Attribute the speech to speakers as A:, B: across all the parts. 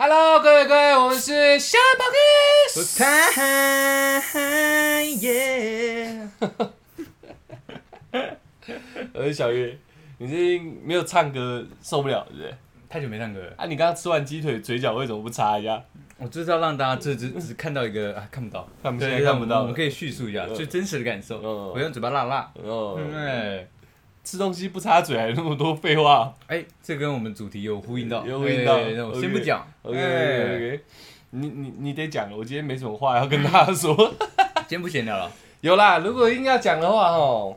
A: Hello，各位各位，我们是小宝哥。
B: 太耶！
A: 我是小月，你最近没有唱歌受不了，对不对？
B: 太久没唱歌了，
A: 啊，你刚刚吃完鸡腿，嘴角为什么不擦一下？
B: 我就是要让大家只只只看到一个啊，看不到，
A: 看不
B: 对
A: 现在看不到
B: 我们可以叙述一下
A: 嗯
B: 最真实的感受
A: 嗯。
B: 我用嘴巴辣辣，
A: 哦，
B: 对，
A: 吃东西不擦嘴，还有那么多废 话。
B: 哎，这跟我们主题有呼应到，
A: 有呼应到
B: 对那我
A: OK
B: 先不讲
A: OK OK
B: 哎
A: OK，你你你得讲了，我今天没什么话要跟大家说。
B: 今天不闲聊了，
A: 有啦，如果硬要讲的话，哦，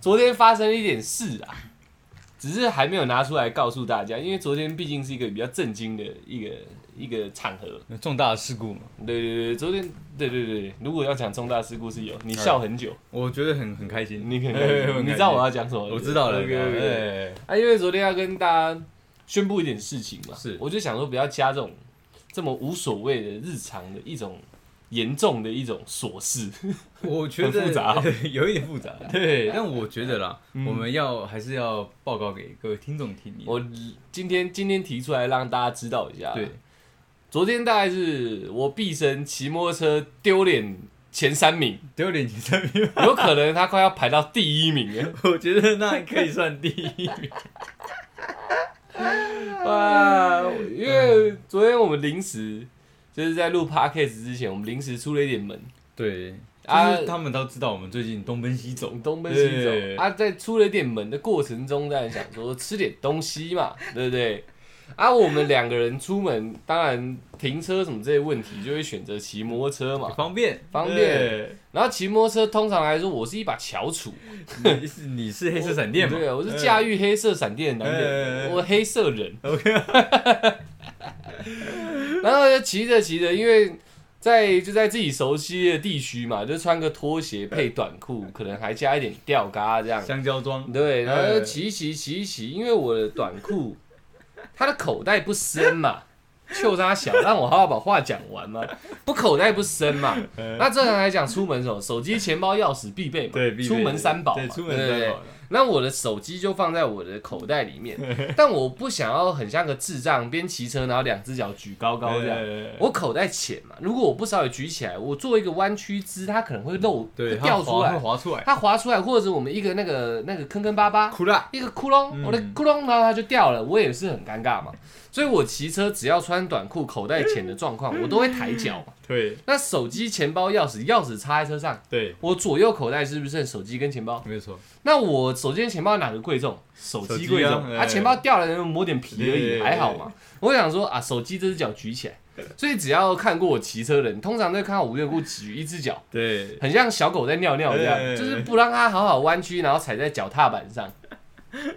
A: 昨天发生了一点事啊，只是还没有拿出来告诉大家，因为昨天毕竟是一个比较震惊的一个一个场合。
B: 有重大的事故嘛，
A: 对对对，昨天对对对，如果要讲重大事故是有，你笑很久，
B: 我觉得很很开心，
A: 你可
B: 哎我
A: 能
B: 很
A: 你
B: 开
A: 知道
B: 心
A: 我要讲什么？
B: 我知道了，
A: OK
B: 哎，
A: 啊，因为昨天要跟大家宣布一点事情嘛，
B: 是
A: 我就想说不要加这种这么无所谓的日常的一种严重的一种琐 事。
B: 我觉得
A: 很复杂嗯哦
B: 有一点复杂，对，但我觉得啦，我们要还是要报告给各位听众听一下，
A: 我今天今天提出来让大家知道一下。
B: 对，，
A: 昨天大概是我毕生骑摩托车丢脸前三名，
B: 丢脸前三名。
A: 有可能他快要排到第一名了。
B: 我觉得那可以算第一名。
A: 哇，因为昨天我们临时就是在录 podcast 之前，我们临时出了一点门，
B: 对，
A: 啊
B: 就是他们都知道我们最近东奔西走，
A: 东奔西
B: 对
A: 走啊，在出了一点门的过程中，在想说吃点东西嘛， 对不对？啊，我们两个人出门，当然停车什么这些问题，就会选择骑摩托车嘛。
B: 方便
A: 方便
B: 对
A: 然后骑摩托车，通常来说，我是一把翘楚，
B: 你是 你啊是黑色闪电嘛？嗯
A: 对，啊我是驾驭黑色闪电的男
B: 哎哎哎
A: 人，我黑色人。 然后就骑着骑着，因为在就在自己熟悉的地区嘛，就穿个拖鞋配短裤，
B: 嗯
A: 可能还加一点吊嘎这样
B: 呃。香蕉装，
A: 对，然后
B: 哎
A: 就骑一骑骑一骑，因为我的短裤，它的口袋不深嘛，就它小，让我好好把话讲完嘛，不口袋不深嘛。那正常来讲，出门的时候，手机、钱包、钥匙必备嘛，
B: 嗯对，必备
A: 出门三宝嘛，
B: 对，出门
A: 对不
B: 三
A: 对
B: 宝。
A: 那我的手机就放在我的口袋里面， 但我不想要很像个智障，边骑车然后两只脚举高高这样。
B: 样
A: 我口袋浅嘛，如果我不稍微举起来，我做一个弯曲姿，它可能会漏，
B: 对
A: 会掉出来
B: 它滑会，滑出来，
A: 它滑出来，或者我们一个那个那个坑坑巴巴，
B: 哭啦，
A: 一个窟窿，
B: 嗯
A: 我的窟窿，然后它就掉了，我也是很尴尬嘛。所以我骑车只要穿短裤、口袋浅的状
B: 嗯
A: 况，我都会抬脚嘛。
B: 对
A: 那手机、钱包、钥匙，钥匙插在车上，
B: 对，
A: 我左右口袋是不是手机跟钱包？
B: 没有错，
A: 那我手机跟钱包哪个贵重？手
B: 手
A: 机
B: 机
A: 贵重啊，
B: 啊哎
A: 钱包掉了抹点皮而已，
B: 对
A: 还好嘛。我想说啊，手机这只脚举起来，所以只要看过我骑车的人，通常都会看到我无缘无故举一只脚，
B: 对，
A: 很像小狗在尿尿一样
B: 哎哎，哎
A: 就是不让它好好弯曲，然后踩在脚踏板上。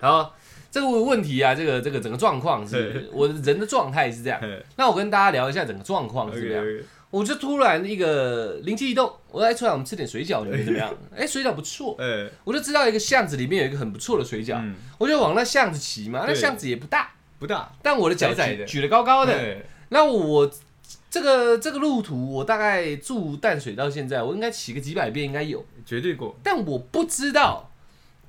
A: 然后这个问题啊，这个这个整个状况是
B: 哎
A: 我的人的状态是这样。那我跟大家聊一下整个状况是怎么样。
B: OK，
A: 我就突然一个灵机一动，我来出来我们吃点水饺，你们怎么样？哎，水饺不错，
B: 哎，
A: 我就知道一个巷子里面有一个很不错的水饺，
B: 嗯，
A: 我就往那巷子骑嘛。那
B: 对
A: 巷子也不大，
B: 不大，哎
A: 但我的脚
B: 窄窄
A: 举
B: 的嗯
A: 举得高高的，
B: 对，
A: 那我这个这个路途，我大概住淡水到现在，我应该骑个几百遍应该有，
B: 绝对过，
A: 但我不知道，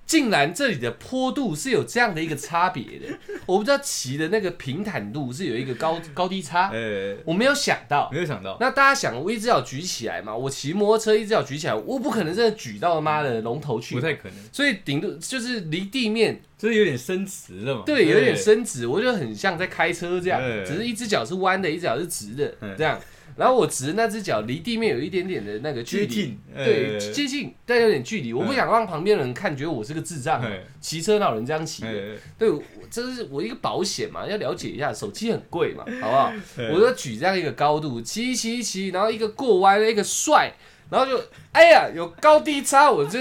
A: 竟然这里的坡度是有这样的一个差别 的，我不知道骑的那个平坦度是有一个高高低差，
B: 哎，
A: 我没有想到
B: 没。有想到，
A: 那大家想，我一只脚举起来嘛，我骑摩托车一只脚举起来，我不可能真的举到妈的龙头去
B: 不，太可能，
A: 所以顶多就是离地面
B: 就是有点伸直了嘛，
A: 对，有点，伸直，我就很像在开车这样，
B: 哦对
A: 只是一只脚是弯的，一只脚是直的
B: 嗯
A: 这样。然后我直的那只脚离地面有一点点的那个距离，
B: 接近，
A: 对，
B: 哎
A: 接近，但有点距离。我不想让旁边的人看觉得我是个智障啊
B: 嗯，
A: 骑车哪有人这样骑的？
B: 哎，
A: 对，我这是我一个保险嘛，要了解一下，手机很贵嘛，好不好？
B: 嗯
A: 我就举这样一个高度，骑骑骑，然后一个过弯，一个帅，然后就哎呀，有高低差，我就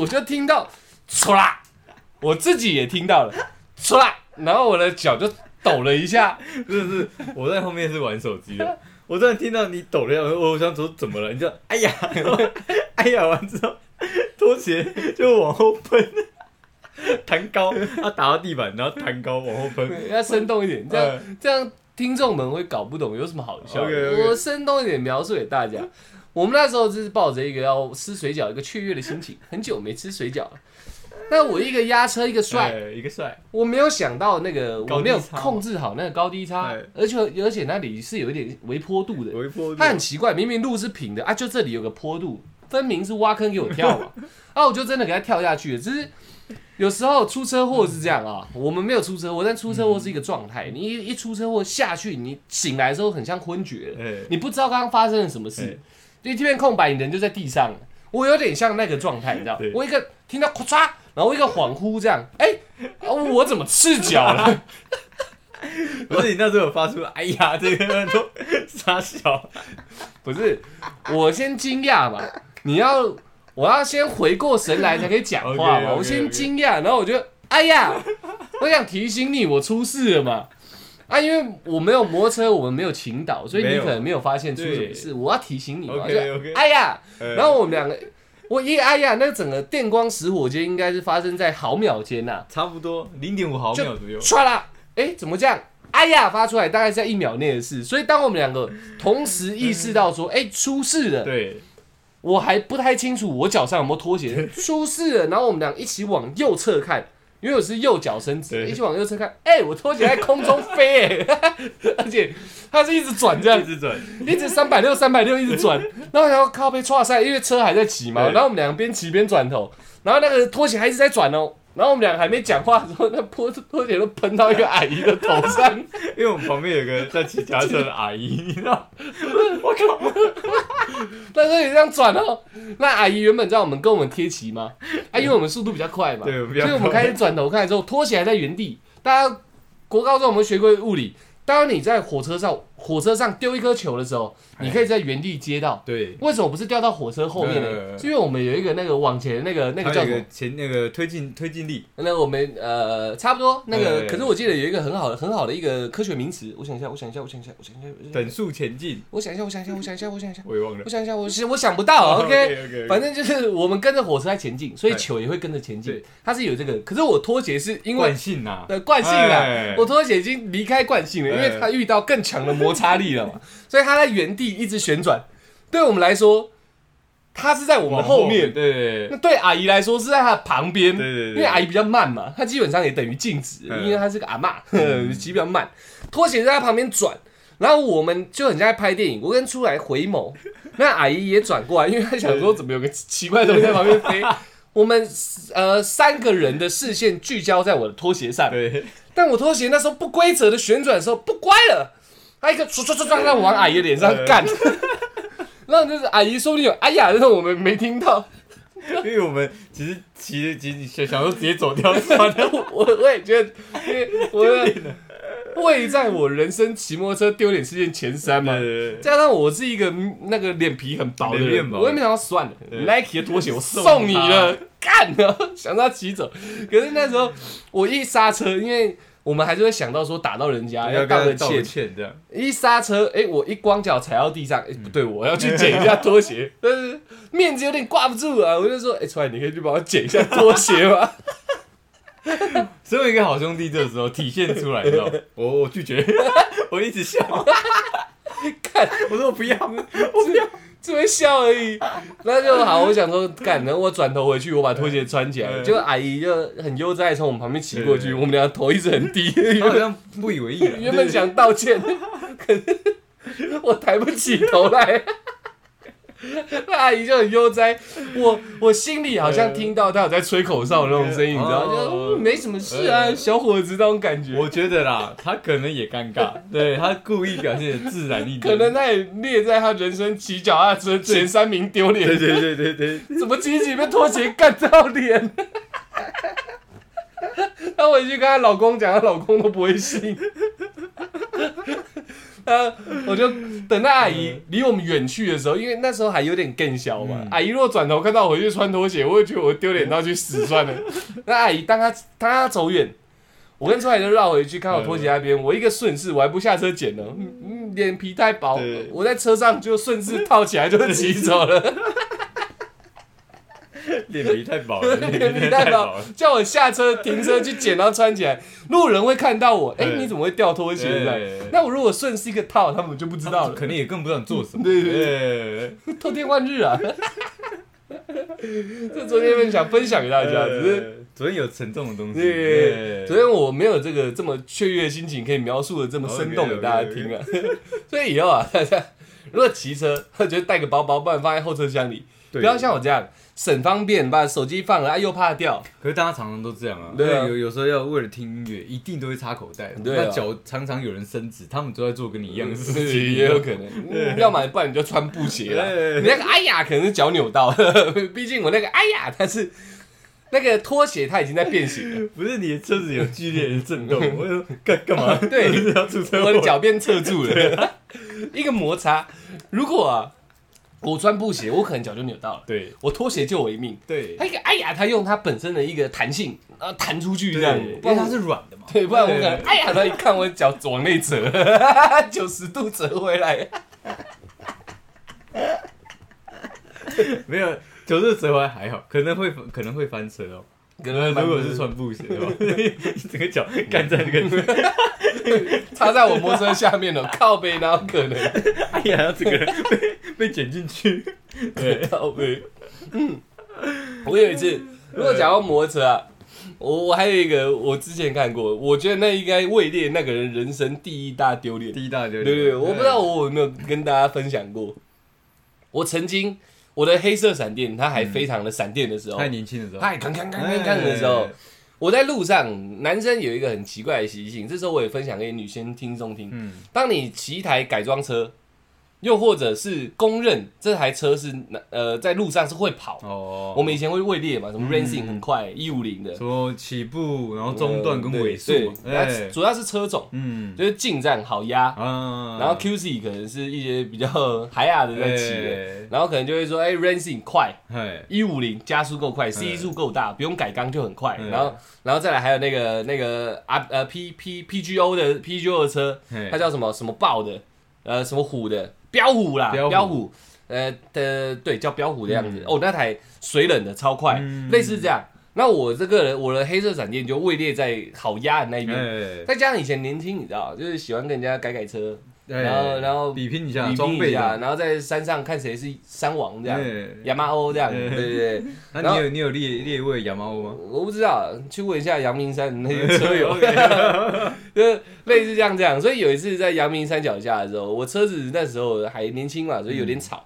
A: 我就听到唰啦，我自己也听到了唰啦，然后我的脚就抖了一下，
B: 真的是，我在后面是玩手机的， 我突然听到你抖了一下，我我想说怎么了？你就哎呀， 哎呀，完之后拖鞋 就往后喷，弹高，它打到地板，然后弹高往后喷，
A: 要生动一点，这样、
B: 嗯
A: 这样听众们会搞不懂有什么好笑的。
B: OK，OK
A: 我生动一点描述给大家。我们那时候就是抱着一个要吃水饺、一个雀跃的心情，很久没吃水饺了。那我一个压车，一个帅，
B: 哎一个帅，
A: 我没有想到那个，
B: 高低
A: 我没有
B: 差哎
A: 控制好那个高低差
B: 对，
A: 而且而且那里是有一点微坡度的，
B: 微波度
A: 它很奇怪，明明路是平的啊，就这里有个坡度，分明是挖坑给我跳嘛，啊，我就真的给他跳下去了。只是有时候出车祸是这样啊，我们没有出车祸，但出车祸是一个状态，你一一出车祸下去，你醒来的时候很像昏厥了，
B: 哎
A: 你不知道刚刚发生了什么事，就一片空白，你人就在地上了。我有点像那个状态，你知道
B: 对，
A: 我一个听到咔嚓，然后一个恍惚这样，哎、啊我怎么赤脚了？
B: 不是你那时候有发出哎呀这个都傻笑，
A: 不是， 我先惊讶嘛，你要我要先回过神来才可以讲话
B: OK，OK，OK
A: 嘛。我先惊讶，然后我就哎呀， 我想提醒你我出事了嘛。啊，因为我没有摩托车，我们没有倾倒，所以
B: 没
A: 你
B: 有
A: 可能没有发现出什
B: 对
A: 么事。我要提醒你嘛，就
B: OK，OK
A: 哎呀，
B: 哎
A: 然后我们两个，我一哎呀，那整个电光石火间应该是发生在毫秒间呐、
B: 差不多零点五毫秒左右，
A: 唰啦，哎，怎么这样？哎呀，发出来大概在一秒内的事。所以当我们两个同时意识到说，哎，出事了，
B: 对，
A: 我还不太清楚我脚上有没有拖鞋，出事了。然后我们俩一起往右侧看，因为我是右脚伸直，
B: 对
A: 一起往右侧看。哎、我拖鞋在空中飞、 哎，而且它是一直转这样
B: 一，直转，
A: 一直三百六、三百六一直转。然后然后靠背撞塞，因为车还在骑嘛。
B: 对
A: 然后我们两边骑边转头，然后那个拖鞋还一直在转哦。然后我们俩还没讲话的时候，那拖拖鞋都喷到一个阿姨的头上。
B: 因为我们旁边有个在骑脚踏车的阿姨，你知道，我靠，
A: 但是你这样转哦，那阿姨原本知道我们跟我们贴齐吗？啊，因为我们速度比较快嘛，
B: 对我们比较
A: 所以我们开始转头看之后，拖鞋还在原地。大家国高中我们学过物理，当你在火车上火车上丢一颗球的时候，你可以在原地接到。
B: 对，
A: 为什么不是掉到火车后面呢？
B: 对
A: 是因为我们有一个那个往前那个那个
B: 还
A: 叫
B: 有
A: 什
B: 一
A: 么
B: 个？前那个推进推进力，
A: 那我们呃差不多那个，
B: 对
A: 可是我记得有一个很好的很好的一个科学名词，我想一下，我想一下，我想一下，我想一下，我想一
B: 等速前进，
A: 下，我想一下，我想一下，我想一下，
B: 我也忘了哦
A: 我想一下，我想我想不到，OK。啊
B: OK，
A: 反正就是我们跟着火车在前进，所以
B: 对
A: 球也会跟着前进
B: 对。
A: 它是有这个，可是我拖鞋是因为
B: 惯性呐，
A: 的惯性啊
B: 哎，
A: 我拖鞋已经离开惯性了，因为它遇到更强的摩擦力了嘛，所以它在原地一直旋转。对我们来说，它是在我们
B: 往
A: 后面，
B: 对
A: 那对阿姨来说是在她的旁边，
B: 对对对
A: 因为阿姨比较慢嘛，她基本上也等于静止，
B: 嗯
A: 因为她是个阿妈， 骑比较慢，拖鞋在她旁边转，然后我们就很像在拍电影，我跟出来回眸，那阿姨也转过来，因为她想说怎么有个奇怪的东西在旁边 飞。我们呃三个人的视线聚焦在我的拖鞋上，
B: 对，
A: 但我拖鞋那时候不规则的旋转的时候不乖了，它一个唰唰唰唰在往阿姨脸上干， 然后就是阿姨说不定有哎呀，但是我们没听到，
B: 因为我们其实骑着骑着想想说直接走掉算 了，
A: 我 我我也觉得，因为 我的位在我人生骑摩托车丢脸事件前三嘛
B: 对，对对
A: 加上我是一个嗯那个脸皮很薄的
B: 脸
A: 人，
B: 皮薄
A: 我也没想到算了
B: 对
A: ，Nike 的拖鞋我
B: 送
A: 送你了，干了，想到骑走。可是那时候我一刹车，因为我们还是会想到说打到人家要
B: 要跟
A: 道
B: 他
A: 个
B: 道个
A: 歉，
B: 歉这样，
A: 一刹车，哎、我一光脚踩到地上，哎、
B: 嗯
A: 不对，我要去捡一下拖 鞋，但是面子有点挂不住啊，我就说，哎、川，你可以去帮我捡一下拖鞋吗？
B: 身为一个好兄弟，这时候体现出来，你知道吗，我我拒绝， 我一直 笑，
A: 看。
B: 我说我不要，
A: 只会笑而已。那就好，我想说，干，然后我转头回去，我把拖鞋穿起来，
B: 嗯
A: 结果阿姨就很悠哉地从我们旁边骑过去，
B: 对
A: 我们俩头一直很 低，
B: 他
A: 原
B: 好
A: 本
B: 像不以为意了，
A: 原本想道歉， 可是我抬不起头来。 那阿姨就很悠哉，我我心里好像听到她有在吹口哨的那种声音，你知道吗，就
B: 哦
A: 嗯没什么事啊，
B: 嗯
A: 小伙子那种感觉。
B: 我觉得啦，他可能也尴尬，对他故意表现的自然一点，
A: 可能他也列在他人生骑脚踏车前三名丢脸
B: 对对对对对，
A: 怎么骑骑被拖鞋干到脸？ 她回去跟她老公讲，她老公都不会信。 呃，我就等那阿姨离我们远去的时候，因为那时候还有点更小嘛。
B: 嗯
A: 阿姨如果转头看到我回去穿拖鞋，我会觉得我丢脸到去死算 了。那阿姨当她当她走远，我跟出来就绕回去，看
B: 嗯
A: 我拖鞋在那边，我一个顺势，我还不下车捡呢，嗯嗯脸皮太薄
B: 对，
A: 我在车上就顺势套起来就骑走了。
B: 脸皮太薄 了，脸
A: 脸
B: 皮
A: 皮
B: 太
A: 太
B: 薄
A: 薄
B: 了，，
A: 叫我下车停车去捡，然后穿起来，路人会看到我，哎、
B: 对
A: 你怎么会掉拖鞋
B: 对
A: 的？那我如果顺势一个套，他们就不 知道
B: 他
A: 了，
B: 肯定也更不知道你做什么，
A: 对对
B: 对
A: 偷天换日啊！ 这昨天分享分享给大家，只是
B: 呃昨天有沉重的东西，
A: 对，
B: 哎
A: 昨天我没有这个这么雀跃的心情可以描述的这么生动给大家听啊， 所以以后啊，大家如果骑车，就带个包包，不然放在后车厢里，不
B: 对
A: 要像我这样省方便，把手机放了，哎又怕掉，
B: 可是大家常常都这样啊，
A: 对啊
B: 有有时候要为了听音乐，一定都会插口袋，
A: 对啊
B: 那脚常常有人伸直，他们都在做跟你一样的事
A: 是
B: 情，
A: 也有可能，嗯要么不然你就穿布鞋了。
B: 对
A: 你那个哎呀，可能是脚扭到， 毕竟我那个哎呀，它是那个拖鞋，它已经在变形了，
B: 不是你的车子有剧烈的震动，我就说干干嘛？
A: 对
B: 是不是要出车
A: 我的
B: 祸。
A: 脚变侧住了， 一个摩擦。如果啊，我穿布鞋，我可能脚就扭到了。
B: 对
A: 我拖鞋救我一命。
B: 对
A: 它一个哎呀，它用它本身的一个弹性，呃，弹出去这样，
B: 对，因
A: 不然
B: 为
A: 我
B: 它是软的嘛。
A: 对，不然我可能哎呀，他一看我脚往内折， 九十度折回 来，
B: 没有九十折弯还好，可能会可能会翻车哦。
A: 可能
B: 如果是穿布鞋 的话，整个脚干在那个，
A: 插在我摩托车下面了，靠背哪有可能？
B: 哎呀，整个 人被被卷进去。对，
A: 靠背。嗯，我有一 次，如果讲到摩托车啊，我我还有一个，我之前看过，我觉得那应该位列那个人人生第一大丢脸。
B: 第一大就
A: 对对对，我不知道我有没有跟大家分享过，我曾经我的黑色闪电，它还非常的闪电的时候，
B: 太年轻的时候，
A: 嗨，看看看看看的时候
B: 哎，
A: 我在路上，男生有一个很奇怪的习性，这时候我也分享给女生听众听。
B: 嗯
A: 当你骑一台改装车，又或者是公认这台车是呃在路上是会跑，
B: 哦，
A: 我们以前会位列嘛，什么
B: 嗯
A: Racing 很快一五零的
B: 什么起步，然后中段跟
A: 对
B: 尾数嘛，
A: 对那
B: 哎，
A: 主要是车种，
B: 嗯
A: 就是近战好压，
B: 啊，
A: 然后 QC 可能是一些比较海雅的在骑的，
B: 哎
A: 然后可能就会说，哎，Racing 快，
B: 哎，
A: 一五零加速够快，C 速够大，不用改缸就很快。
B: 嗯
A: 然后，然后再来还有那个那个 R 呃 P P P G O 的 P G O 的车，
B: 嘿
A: 它叫什么什么豹的，呃什么虎的标虎啦，
B: 标虎
A: 标虎，呃的对叫标虎的样子。哦，那台水冷的超快，
B: 嗯
A: 类似这样。那我这个人，我的黑色闪电就位列在好压的那一边。
B: 哎，
A: 再加上以前年轻，你知道，就是喜欢跟人家改改车，
B: 哎
A: 然后然后
B: 比拼一下
A: 比
B: 啊装
A: 拼
B: 备
A: 一
B: 一
A: 下，
B: 下，
A: 然后在山上看谁是山王这样，
B: 哎，
A: 雅马欧这样，对对对。
B: 那
A: 然
B: 你
A: 后
B: 有你有列列位羊毛吗？
A: 我不知道，去问一下阳明山那些车 友，
B: OK
A: 就是类似这样这样。所以有一次在阳明山脚下的时候，我车子那时候还年轻嘛，所以有
B: 嗯
A: 点吵，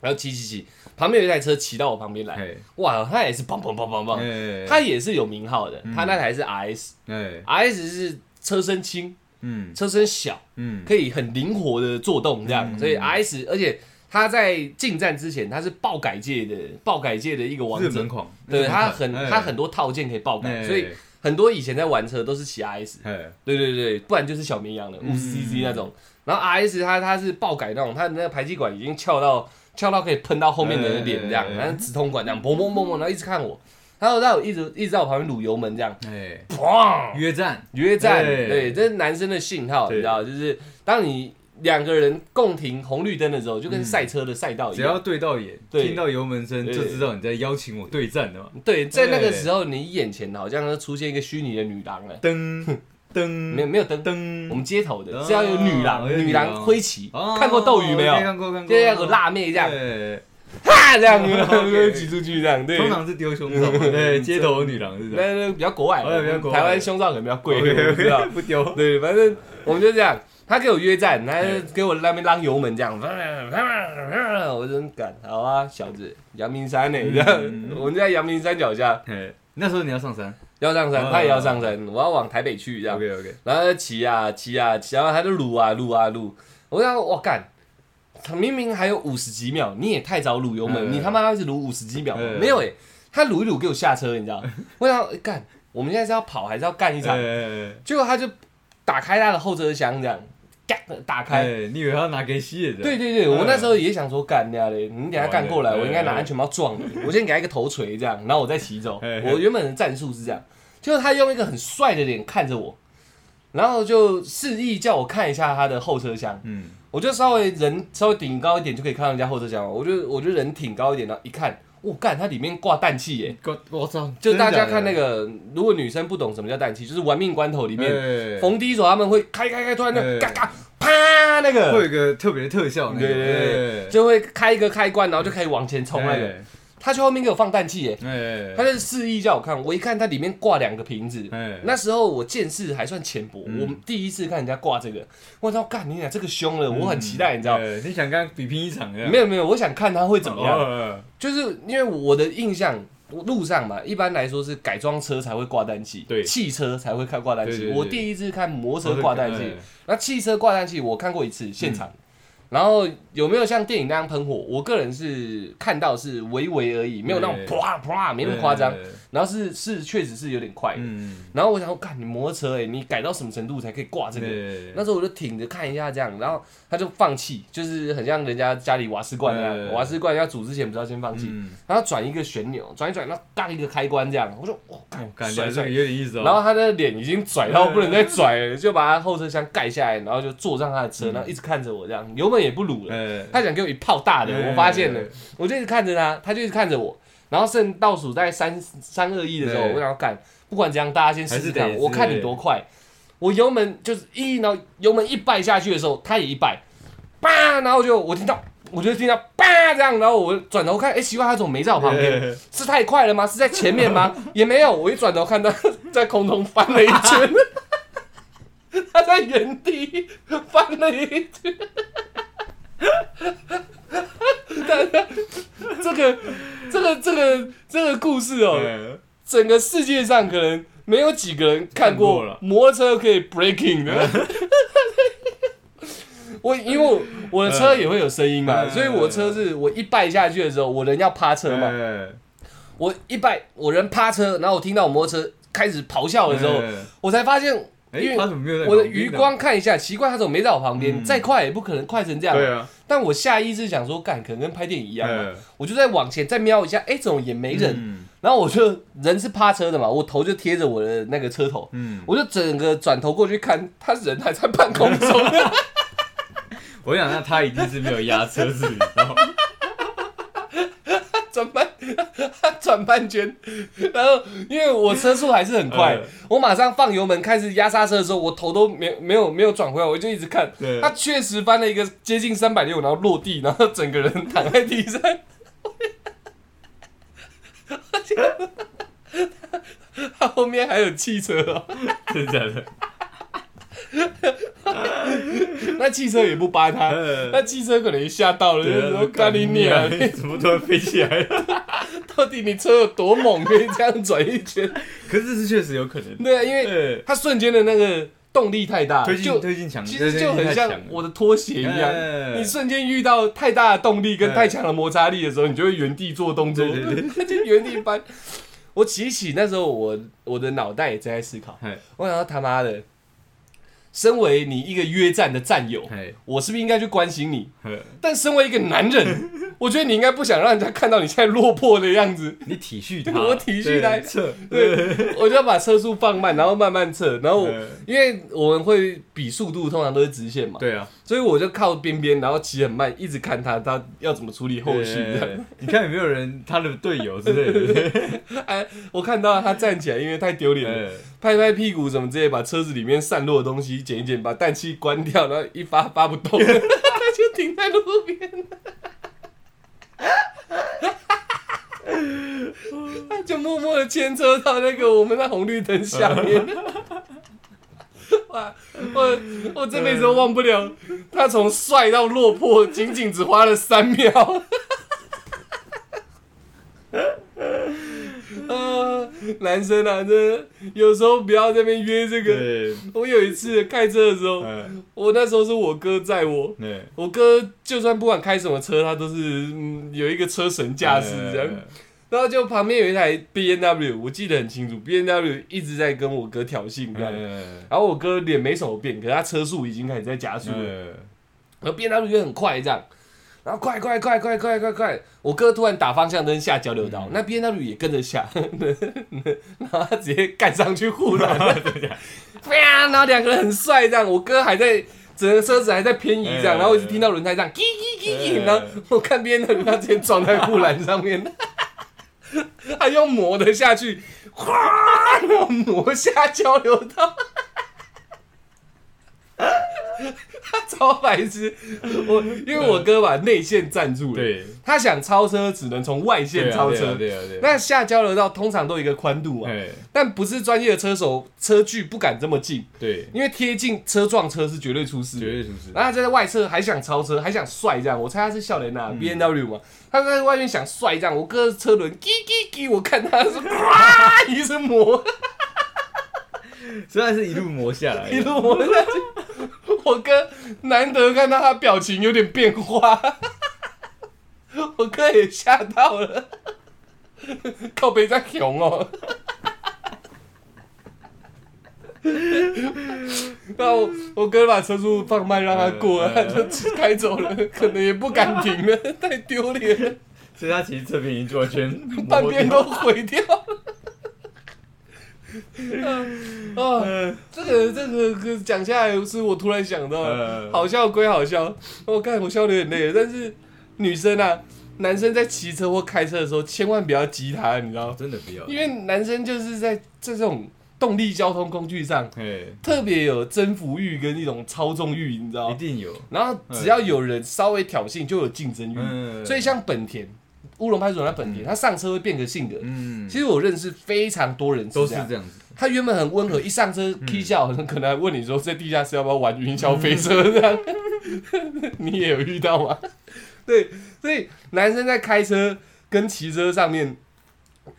A: 然后骑骑骑，旁边有一台车骑到我旁边来，
B: 哎
A: 哇，他也是砰砰砰砰砰，
B: 哎，
A: 他也是有名号
B: 嗯
A: 的，他那台是 RS，RS
B: 哎，
A: 是车身轻，
B: 嗯
A: 车身小，
B: 嗯，
A: 可以很灵活的做动这样，
B: 嗯
A: 所以 RS 而且。他在进站之前，他是爆改界的爆改界的一个王
B: 日
A: 者
B: 本，哎狂，
A: 对他
B: 他
A: 很他很多套件可以爆改，所以很多以前在玩车都是骑 RS，
B: 哎
A: 对对对，不然就是小绵羊的五
B: 嗯
A: CC 那种。然后 RS 它它是爆改那种，它的那个排气管已经翘到翘到可以喷到后面的人脸这样，
B: 哎哎哎
A: 然后直通管这样砰砰砰砰，然后一直看我，然后让我一直一直在我旁边撸油门这样，
B: 哎，
A: 砰，
B: 约战，
A: 约战，
B: 哎
A: 对，这是男生的信号，你
B: 对
A: 知道，就是当你两个人共停红绿灯的时候，就跟赛车的赛道一
B: 只
A: 样
B: 要。对到眼，
A: 哦对
B: 听到油门声
A: 对
B: 就知道你在邀请我对战的嘛，
A: 对，在那个
B: 哎
A: 时候，你眼前好像出现一个虚拟的女郎了，
B: 噔 噔，
A: 没有没有灯，
B: 噔，
A: 我们街头的
B: 嗯哦
A: 是要有女郎，
B: 有女
A: 女郎
B: 郎
A: 挥旗
B: 哦，
A: 看过斗鱼没有？
B: 看过看过，哎
A: 就像有辣妹这样，
B: 对
A: 啪这 样，
B: OK
A: 挤出去这样， 对。
B: 通常是丢胸罩嘛，对，街头女郎是这样，
A: 那那比较国外
B: 哦比较
A: 的，
B: 国外
A: 台
B: 的
A: 湾胸罩可能比较贵，
B: OK，OK，
A: 我不知道。
B: 不丢，
A: 对，反正我们就这样，他给我约战，他
B: 哎
A: 给我那边浪油门这样，我真敢，好啊，小子，阳明山
B: 嗯
A: 呢？这样，我们就在阳明山脚下
B: 哎，那时候你要上山
A: 要上山，
B: 哦
A: 他也要上山，我要往台北去这样。
B: ，OK OK，
A: 然后他就骑啊骑啊骑，然后他就撸啊撸啊撸。我想，我干，他明明还有五十几秒，你也太早撸油门，
B: 嗯
A: 你他妈一直撸五十几秒吗，
B: 嗯
A: 没有哎、他撸一撸给我下车，你知道？我想诶干，我们现在是要跑还是要干一场？
B: 哎
A: 结果他就打开他的后车厢，这样，干打开。
B: 哎，你以为他要拿给吸引的？
A: 对对对，我
B: 嗯
A: 那时候也想说干呀嘞，你等下干过来，
B: 完了
A: 我应该拿
B: 嗯
A: 安全帽撞你，我先给他一个头锤这样，然后我再骑走。
B: 嗯
A: 我原本的战术是这样，就是他用一个很帅的脸看着我，然后就示意叫我看一下他的后车厢，
B: 嗯，
A: 我就稍微人稍微顶高一点就可以看到人家后车厢了，我就我就人挺高一点，然后一看，我干，它里面挂氮气耶。
B: 我我操，
A: 就大家看那
B: 个
A: 个，如果女生不懂什么叫氮气，就是玩命关头里面逢低手他们会开开开，突然就
B: 哎
A: 嘎嘎啪那
B: 会有
A: 个，
B: 一个特别的特效那个，
A: 对对对
B: 哎
A: 就会开一个开关，然后就可以往前冲那个。
B: 哎
A: 他去后面给我放氮气耶，
B: 哎
A: 他在示意叫我看，我一看它里面挂两个瓶子，
B: 哎，
A: 那时候我见识还算浅薄，
B: 嗯
A: 我第一次看人家挂这个，我操，干你俩这个凶
B: 嗯
A: 了，我很期待，你知道？
B: 哎你想跟他比拼一场这样？
A: 没有没有，我想看他会怎
B: 怎
A: 么
B: 么
A: 样，
B: 样？
A: 就是因为我的印象。路上嘛，一般来说是改装车才会挂单器，
B: 对
A: 汽车才会看挂单器。
B: 对对对
A: 我第一次看摩托车挂单器
B: 哎，
A: 那汽车挂单器我看过一次现
B: 嗯
A: 场，然后有没有像电影那样喷火？我个人是看到是微微而已，没有那种
B: 对
A: 啪啪，没那么夸张
B: 对对对。
A: 然后是是确实是有点快的，
B: 嗯，
A: 然后我想说，看你摩托车哎、你改到什么程度才可以挂这
B: 对
A: 个？
B: 对
A: 那时候我就挺着看一下这样，然后他就放弃，就是很像人家家里瓦斯罐那
B: 对
A: 样，瓦斯罐要煮之前不是要先放弃，
B: 嗯，
A: 然后转一个旋钮，转一转，然后当一个开关这样，我说我干
B: 感觉
A: 甩
B: 这
A: 甩
B: 个，有点意思哦。
A: 然后他的脸已经拽到不能再拽了，就把他后车厢盖下来，然后就坐上他的车，然后一直看着我这样，油门也不撸了，
B: 哎，
A: 他想给我一炮大的，我发现了，我就一直看着他，他就一直看着我，然后剩倒数在三三二一的时候，
B: 对
A: 我想要干，不管怎样，大家先试试
B: 还是
A: 看，
B: 得
A: 我看你多快。我油门就是一，然后油门一拜下去的时候，他也一拜，叭，然后就我听到，我就听到叭这样，然后我转头看，哎、奇怪，他怎么没在我旁边？
B: 对
A: 是太快了吗？是在前面 吗？也没有，我一转头看到 在空中翻了一圈， 他在原地 翻了一圈。这个这个这个这个故事哦、
B: 对
A: 整个世界上可能没有几个人看
B: 看过
A: 过
B: 了
A: 摩托车可以 breaking 的。 我因为我我的车也会有声音嘛，
B: 嗯
A: 所以我的车是我一拜下去的时候，我人要趴车嘛，
B: 哎
A: 我一拜我人趴车，然后我听到我摩托车开始咆哮的时候，
B: 哎
A: 我才发现，
B: 哎
A: 因为
B: 他怎么没有在
A: 我的
B: 旁边
A: 余
B: 呢
A: 光看一下，奇怪他怎么没在我旁边？
B: 嗯
A: 再快也不可能快成这样。
B: 对啊，
A: 但我下意识想说，干可能跟拍电影一样嘛，
B: 哎
A: 我就再往前再瞄一下，哎、怎么也没人？
B: 嗯
A: 然后我就人是趴车的嘛，我头就贴着我的那个车头，
B: 嗯，
A: 我就整个转头过去看，他人还在半空中，
B: 我想那他一定是没有压车子，你知道吗？
A: 转半 他转半圈，然后因为我车速还是很快
B: 嗯，
A: 我马上放油门开始压刹车的时候，我头都没没有没有转回来，我就一直看
B: 对，
A: 他确实翻了一个接近三百六，然后落地，然后整个人躺在地上。 他后面还有汽车哦，
B: 真的假的？
A: 那汽车也不扒他，
B: 嗯啊
A: 那汽车可能也吓到了，就是说干你娘！
B: 怎么突然飞起来了？
A: 到底你车有多猛，可以这样转一圈？
B: 可是这是确实有可能，
A: 对啊，因为
B: 对，
A: 它瞬间的那个动力太大，
B: 推
A: 就
B: 进推进墙，
A: 其实就很像我的拖
B: 哎
A: 鞋一样。
B: 你
A: 你瞬间遇到太大的动力跟
B: 哎
A: 太强的摩擦力的时候，你就会原地做动作，
B: 对对
A: 就原地翻。我起起那时候我，我的脑袋也正在思考，
B: 哎
A: 我想到他妈的，身为你一个约战的战友，
B: 哎
A: 我是不是应该去关心你？
B: 哎，
A: 但身为一个男人，我觉得你应该不想让人家看到你现在落魄的样子。
B: 你体恤他，
A: 我体恤他
B: 对撤，
A: 对，我就要把车速放慢，然后慢慢测，然后我
B: 嗯
A: 因为我们会比速度，通常都是直线嘛，
B: 对啊，
A: 所以我就靠边边，然后骑很慢，一直看他他要怎么处理后续这样。
B: 对，哎你看有没有人他的队友之 类的，
A: 哎，我看到他站起来，因为太丢脸了，
B: 哎
A: 拍拍屁股什么之类，把车子里面散落的东西捡一捡，把氮气关掉，然后一发发不动，他就停在路边了。他就默默的牵车到那个我们那红绿灯下面。哇，我我这辈子都忘不了，他从帅到落魄，仅仅只花了三秒。呃，男生啊，真的有时候不要在那边约这个。
B: 对，
A: 我有一次开车的时候，
B: 嗯，
A: 我那时候是我哥载我，
B: 对，
A: 我哥就算不管开什么车，他都是、嗯有一个车神驾驶这样。然后就旁边有一台 B N W，我记得很清楚，B N W 一直在跟我哥挑衅这样。
B: 哎，
A: 然后我哥脸没什么变，可是他车速已经开始在加速了。然后 B N W 就很快这样，然后快快快快快快快，我哥突然打方向灯下交流道，那 B N W 也跟着下，然后他直接干上去护栏，啪，然后两个人很帅这样，我哥还在。整个车子还在偏移这样，
B: 嗯
A: 然后我一直听到轮胎这样“叽叽叽叽”，
B: 嗯
A: 然后我看 B N W 他直接撞在护栏上面，他用磨的下去，哗，然后磨下交流道。超白痴。我因为我哥把内线占住了，
B: 对，
A: 他想超车只能从外线
B: 对啊
A: 超
B: 对啊
A: 车。
B: 对啊对啊，
A: 那下交流道通常都有一个宽度嘛，
B: 哎，
A: 但不是专业的车手车距不敢这么近，
B: 对，啊
A: 因为贴近车撞车是绝对出事的
B: 绝。对出事，
A: 然后他在外侧还想超车，还想帅这样，我猜他是笑脸
B: 嗯
A: 呐，B N W 嘛，他在外面想帅这样，我哥的车轮叽叽叽，我看他是 哇一声磨，
B: 虽然 是一路磨下来的，
A: 一路磨下去。我哥难得看到他表情有点变化， 我哥也吓到了， 靠背在熊哦。 那我我哥把车速放慢让他过，
B: 哎
A: 他就开走了，可能也不敢停了， 太丢脸了。
B: 所以他其实这边已经完 全磨
A: 半边
B: 掉
A: 都毁掉 了。啊、
B: 呃
A: 这个这个这个讲下来是我突然想到，
B: 呃
A: 好笑归好笑，我看我笑得有点累了，但是女生啊，男生在骑车或开车的时候，千万不要激他，你知道吗？
B: 哦真的不要，
A: 因为男生就是在这种动力交通工具上
B: 哎，
A: 特别有征服欲跟一种操纵欲，你知道
B: 一
A: 吗？
B: 定有，
A: 然后只要有人稍微挑衅，就有竞争欲。
B: 嗯，
A: 所以像本田乌龙派出所那本田，他上车会变个性格。
B: 嗯，
A: 其实我认识非常多人
B: 都
A: 是
B: 是
A: 这样
B: 这。样子，
A: 他原本很温
B: 嗯
A: 和，一上车 K 笑，可能还问你说在地下室要不要玩云霄飞车这样，
B: 嗯
A: 你也有遇到吗？ 对，所以男生在开车跟骑车上面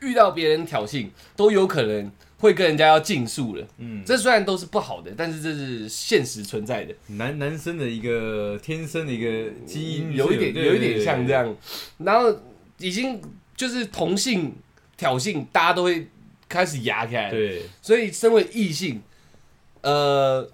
A: 遇到别人挑衅，都有可能会跟人家要竞速了。
B: 嗯，
A: 这虽然都是不好的，但是这是现实存在的。
B: 男男生的一个天生的一个基嗯因是，
A: 有一点
B: 对
A: 有一点像这，样，然后已经就是同性挑衅，大家都会开始压起来。
B: 对
A: 所以身为异性，呃，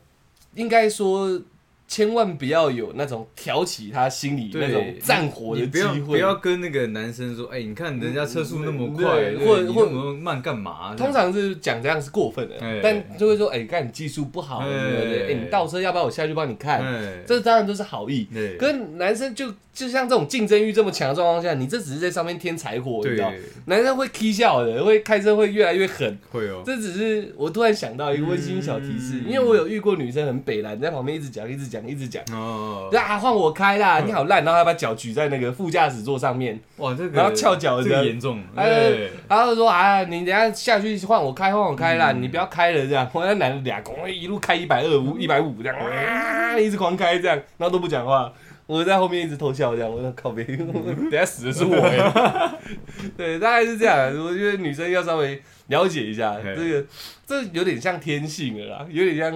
A: 应该说千万不要有那种挑起他心里
B: 对
A: 那
B: 对
A: 种
B: 对，
A: 战火的
B: 你不
A: 机
B: 要不
A: 会。
B: 要跟那个男生说，哎，你看人家车速那么快，
A: 嗯对
B: 对
A: 或
B: 你
A: 或
B: 那么慢干嘛？
A: 通常是讲这样是过分的
B: 哎，
A: 但就会说，哎，看你技术不好，
B: 哎
A: 对不对？哎，你倒车要不要我下去帮你
B: 这样，
A: 看？
B: 哎，
A: 这当然都是好意。
B: 对
A: 跟男生就就像这种竞争欲这么强的状况下，你这只是在上面添柴火，你知道
B: 对？
A: 男生会 k 笑的，会开车会越来越狠。
B: 会哦，
A: 这只是我突然想到一个温馨小提示，
B: 嗯
A: 因为我有遇过女生很北蓝，在旁边一直讲，一直讲，一直讲。
B: 哦，
A: 啊，换我开啦！你好烂，然后还把脚举在那个副驾驶座上面，
B: 哇，这个
A: 然后翘脚的
B: 这个严重，
A: 哎
B: 对，
A: 然后就说啊，你等一下下去换我开，换我开
B: 嗯
A: 啦，你不要开了这样。我那男的俩咣一路开一百二五、一百五这样，
B: 嗯
A: 啊，一直狂开这样，然后都不讲话。我在后面一直偷笑这样，我说靠别，等一下死的是 我哎。对，大概是这样。我觉得女生要稍微了解一下
B: 嘿
A: 这个，这有点像天性了啦，有点像，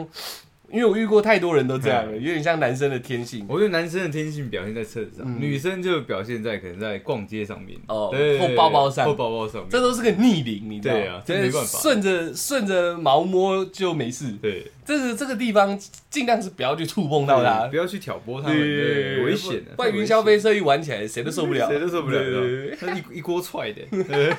A: 因为我遇过太多人都这样了，
B: 嘿
A: 有点像男生的天性。
B: 我觉得男生的天性表现在车子上，
A: 嗯
B: 女生就表现在可能在逛街上面，
A: 哦
B: 对，
A: 或包包上
B: 或包包上面，
A: 这都是个逆鳞，你知道吗？
B: 对啊
A: 就
B: 这
A: 是
B: 没办法
A: 顺着顺着毛摸就没事。
B: 对，
A: 这是这个地方尽量是不要去触碰到
B: 对
A: 它
B: 不，要去挑拨他们，对，危险啊的，
A: 啊不然
B: 太危
A: 云
B: 险
A: 霄飞车一玩起来，谁都受不了，
B: 谁都受不了
A: 对对对
B: 的，那一一锅踹 的，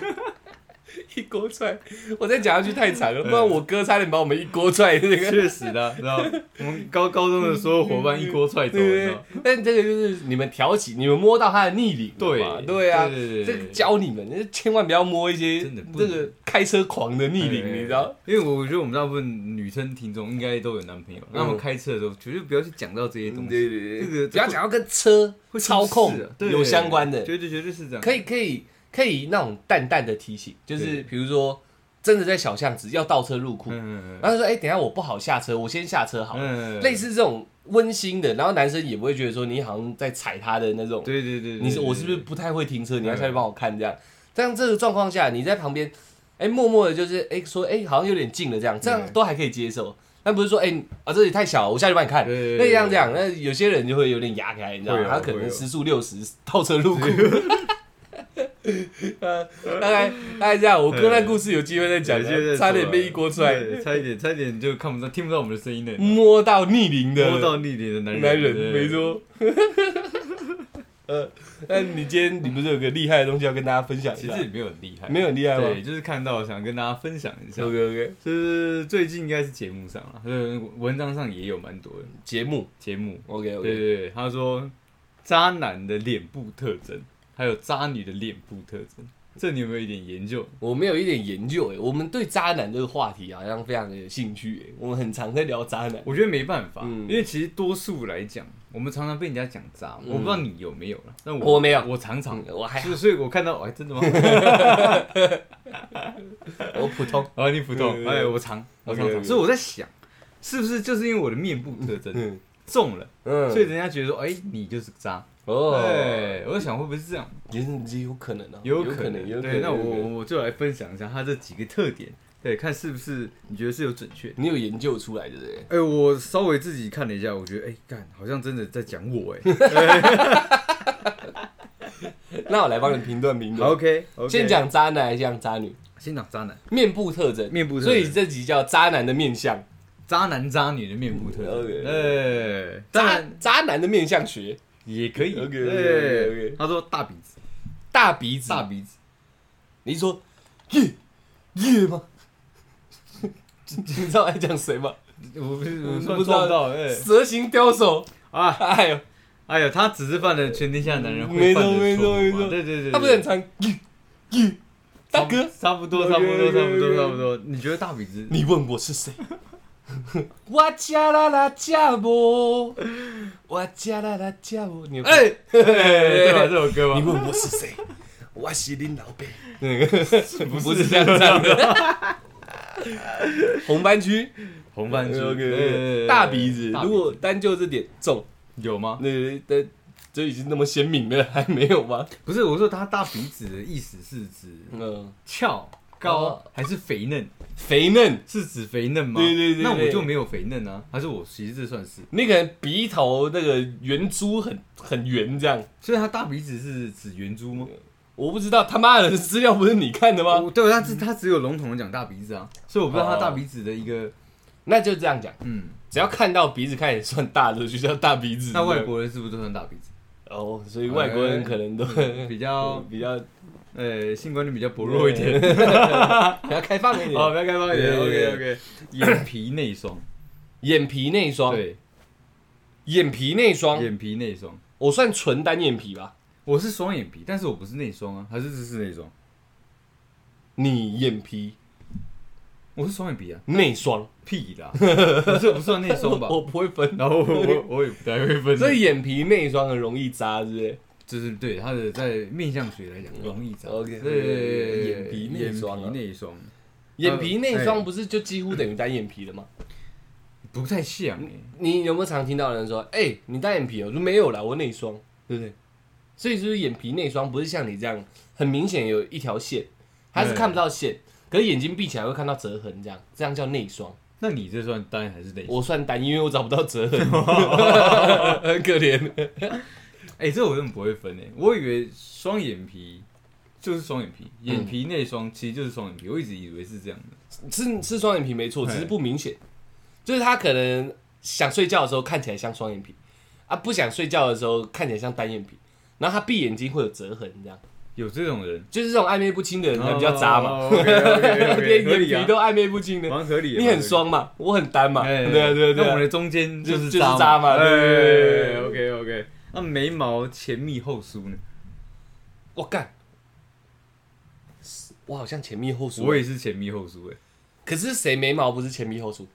A: 一锅踹，我再讲下去太 惨了，不然我哥差点把我们一锅踹那个。
B: 确实的，知道我们高高中的时候伙伴一锅踹走，你知
A: 对
B: 道，
A: 但这个就是你们挑起，你们摸到它的逆鳞了嘛，
B: 对
A: 对啊，
B: 对对对
A: 这个教你们，千万不要摸一些
B: 真的不
A: 这
B: 能哎
A: 个开车狂的逆鳞，你知道？？
B: 因为我觉得我们大部分女生听众应该都有男朋
A: 嗯
B: 友，那我们开车的时候绝对不要去讲到这些东西，
A: 对
B: 哎这个
A: 不要讲到跟车
B: 会
A: 嗯
B: 出
A: 操控
B: 事啊对
A: 有相关的，
B: 绝对绝对是这样，
A: 可
B: 以，
A: 以可以可以那种淡淡的提醒，就是
B: 对
A: 比如说真的在小巷子要倒车入库，
B: 嗯嗯
A: 然后说哎、等一下我不好下车，我先下车好了，
B: 嗯
A: 类，似这种温馨的，然后男生也不会觉得说你好像在踩他的那种，
B: 对对对，对
A: 你是我是不是？不太会停车，你要下去帮我看这样，这样这个状况下你在旁边，哎、默默的就是哎、说哎、好像有点近了这样，这样
B: 嗯
A: 都还可以接受。但不是说，哎、啊，这里太小了，我下去帮你看。
B: 对对对
A: 那这样这样，那有些人就会有点牙开，你知道吗
B: 会？有
A: 他可
B: 会
A: 能
B: 有
A: 时速六十，倒车入库，呃， 大概大概这样，我哥那故事有机会再讲
B: 有些
A: 啊，
B: 人
A: 差点被一锅踹，
B: 对差一点，差一点就看不到、听不到我们的声音了。
A: 摸到逆鳞的
B: 摸到逆点的男人，
A: 男人，
B: 对
A: 没。错。呃， 那你今天你不是有个厉害的东西要跟大家分享一
B: 其
A: 下
B: 实？也没有很厉害，
A: 没有啊很厉害吗
B: 对，就是看到想跟大家分享一下，
A: ？OK OK，
B: 就是最近应该是节目上了，呃，文章上也有蛮多的
A: 节目
B: 节目。
A: OK
B: 对对
A: OK，
B: 对，他说渣男的脸部特征，还有渣女的脸部特征，这你有没有一点研究？
A: 我没有一点研究哎、我们对渣男这个话题好像非常的有兴趣哎、我们很常在聊渣男。
B: 我觉得没办法，
A: 嗯
B: 因为其实多数来讲，我们常常被人家讲渣，我不知道你有没有了，但我
A: 嗯我没有
B: 我常常
A: 嗯，我还
B: 所以所以我看到，哎，真的吗？
A: 我普通，
B: 啊，你普
A: 对对
B: 通，
A: 对
B: 哎，我常，我常
A: OK，OK
B: 常，所以我在想，是不是就是因为我的面部特征
A: 嗯
B: 中了，
A: 嗯，
B: 所以人家觉得说，哎，你就是渣，
A: 哦，
B: 对，我在想会不会是这样，
A: 也也有可能啊，
B: 有
A: 可
B: 能，
A: 有可能。
B: 对，那我
A: 有可
B: 我
A: 能
B: 我就来分享一下它这几个特点，对，看是不是你觉得是有准确的。
A: 你有研究出来对不对？
B: 哎、我稍微自己看了一下，我觉得，哎、干，好像真的在讲我、哎
A: 那我来帮你评断评
B: 哎
A: 断。
B: ，OK，, o k
A: 先，讲渣男还是讲渣女？
B: 先讲渣男，
A: 面部特征，
B: 面部特
A: 所
B: 征
A: 以这集叫渣男的面相，
B: 渣男渣女的面部特征，
A: OK
B: 哎、当
A: 渣
B: 然
A: 渣男的面相学，
B: 也可以
A: OK，OK，OK，OK
B: 哎他说大鼻子，
A: 大鼻子，
B: 大鼻子，
A: 你是说耶耶吗？你知道我在讲谁吗？
B: 我不是
A: 我
B: 我
A: 不
B: 不
A: 知道
B: 撞到，哎、
A: 蛇形刁手，
B: 啊，
A: 哎呦，
B: 哎呀，他只是犯了全天下男人
A: 没
B: 会
A: 错
B: 犯的错误嘛，
A: 没错没错
B: 对对对对，
A: 他不是很常耶耶，大哥，
B: 差不多，
A: OK，
B: 差不多，差不
A: OK，OK
B: 多，差不多，你觉得大鼻子？
A: 你问我是谁？ 我加啦啦加我，我加啦啦加我，你有
B: 哎、 哎对吧？这首歌
A: 你
B: 吗？
A: 问我是谁？我是林老贝，
B: 不
A: 不是这样唱的。 红斑区
B: 红番区，哎
A: 大鼻子，
B: 大
A: 如果单就这点重，
B: 有吗？
A: 那那就已经那么鲜明了，还没有吗？
B: 不是，我说他大鼻子的意思是指
A: 嗯，
B: 翘、高
A: 哦
B: 还是肥嫩？
A: 肥嫩，
B: 是指肥嫩吗？
A: 对对对对
B: 那我就没有肥嫩啊，还是我其实这算是？
A: 你可能鼻头那个圆珠很很圆这样，
B: 所以他大鼻子是指圆珠吗？
A: 啊我不知道他妈的资料不是你看的吗？
B: 我对，他只他只有笼统的讲大鼻子啊，所以我不知道
A: 哦
B: 他大鼻子的一个
A: 那就这样讲。
B: 嗯，
A: 只要看到鼻子看起来算大的，就叫大鼻子。
B: 那外国人是不是都算大鼻子？
A: 哦，所以外国人可能都
B: 比较
A: 比较
B: 呃性观念比较薄弱一点，
A: 比较开放一点。
B: 哦，不要开放一点
A: 对对
B: ，OK OK，眼皮内双，
A: 眼皮内双，
B: 对，
A: 眼皮内双，
B: 眼皮内双，
A: 我算纯单眼皮吧。
B: 我是双眼皮，但是我不是内双啊，还是这是内双？
A: 你眼皮
B: 我是双眼皮啊。
A: 内双，
B: 屁 啦，我这不算内双吧？
A: 我不会分。
B: 然后我我我也不太会分，
A: 所以眼皮内双很容易扎，是不
B: 嗯
A: 是？
B: 就是对他的在面相学来讲容易长。
A: OK，
B: 对
A: 哦眼皮内双啊
B: 眼皮内双
A: 眼皮内
B: 哎
A: 双不是就几乎等于单眼皮了吗？
B: 不太像欸
A: 你有没有常听到人说，哎、你单眼皮哦？我说没有啦，我内双，对不对？所以就是眼皮内双不是像你这样很明显有一条线，它是看不到线，可是眼睛闭起来会看到折痕，这样这样叫内双。
B: 那你这算单还是内双？
A: 我算单，因为我找不到折痕， 很可怜。
B: 哎，这我真的不会分诶，我以为双眼皮就是双眼皮，眼皮内双其实就是双眼皮，我一直以为是这样的。
A: 是是双眼皮没错，
B: 嘿
A: 只是不明显，就是他可能想睡觉的时候看起来像双眼皮，啊不想睡觉的时候看起来像单眼皮，然后他闭眼睛会有折痕，这样
B: 有这种人，
A: 就是这种暧昧不清的人才比较渣
B: 哦
A: 嘛。 连
B: 连
A: 眼皮都暧昧不清的。
B: 蛮啊合理的。
A: 你很双嘛，我很单嘛，
B: 哎，
A: 对啊对啊对
B: 那我们
A: 啊，
B: 的中间
A: 就
B: 就是
A: 就是
B: 渣
A: 渣嘛对对对对对
B: OK OK，那眉毛前密后疏呢？
A: 我干，我好像前密后疏
B: 我，也是前密后疏哎，
A: 可是谁眉毛不是前密后疏？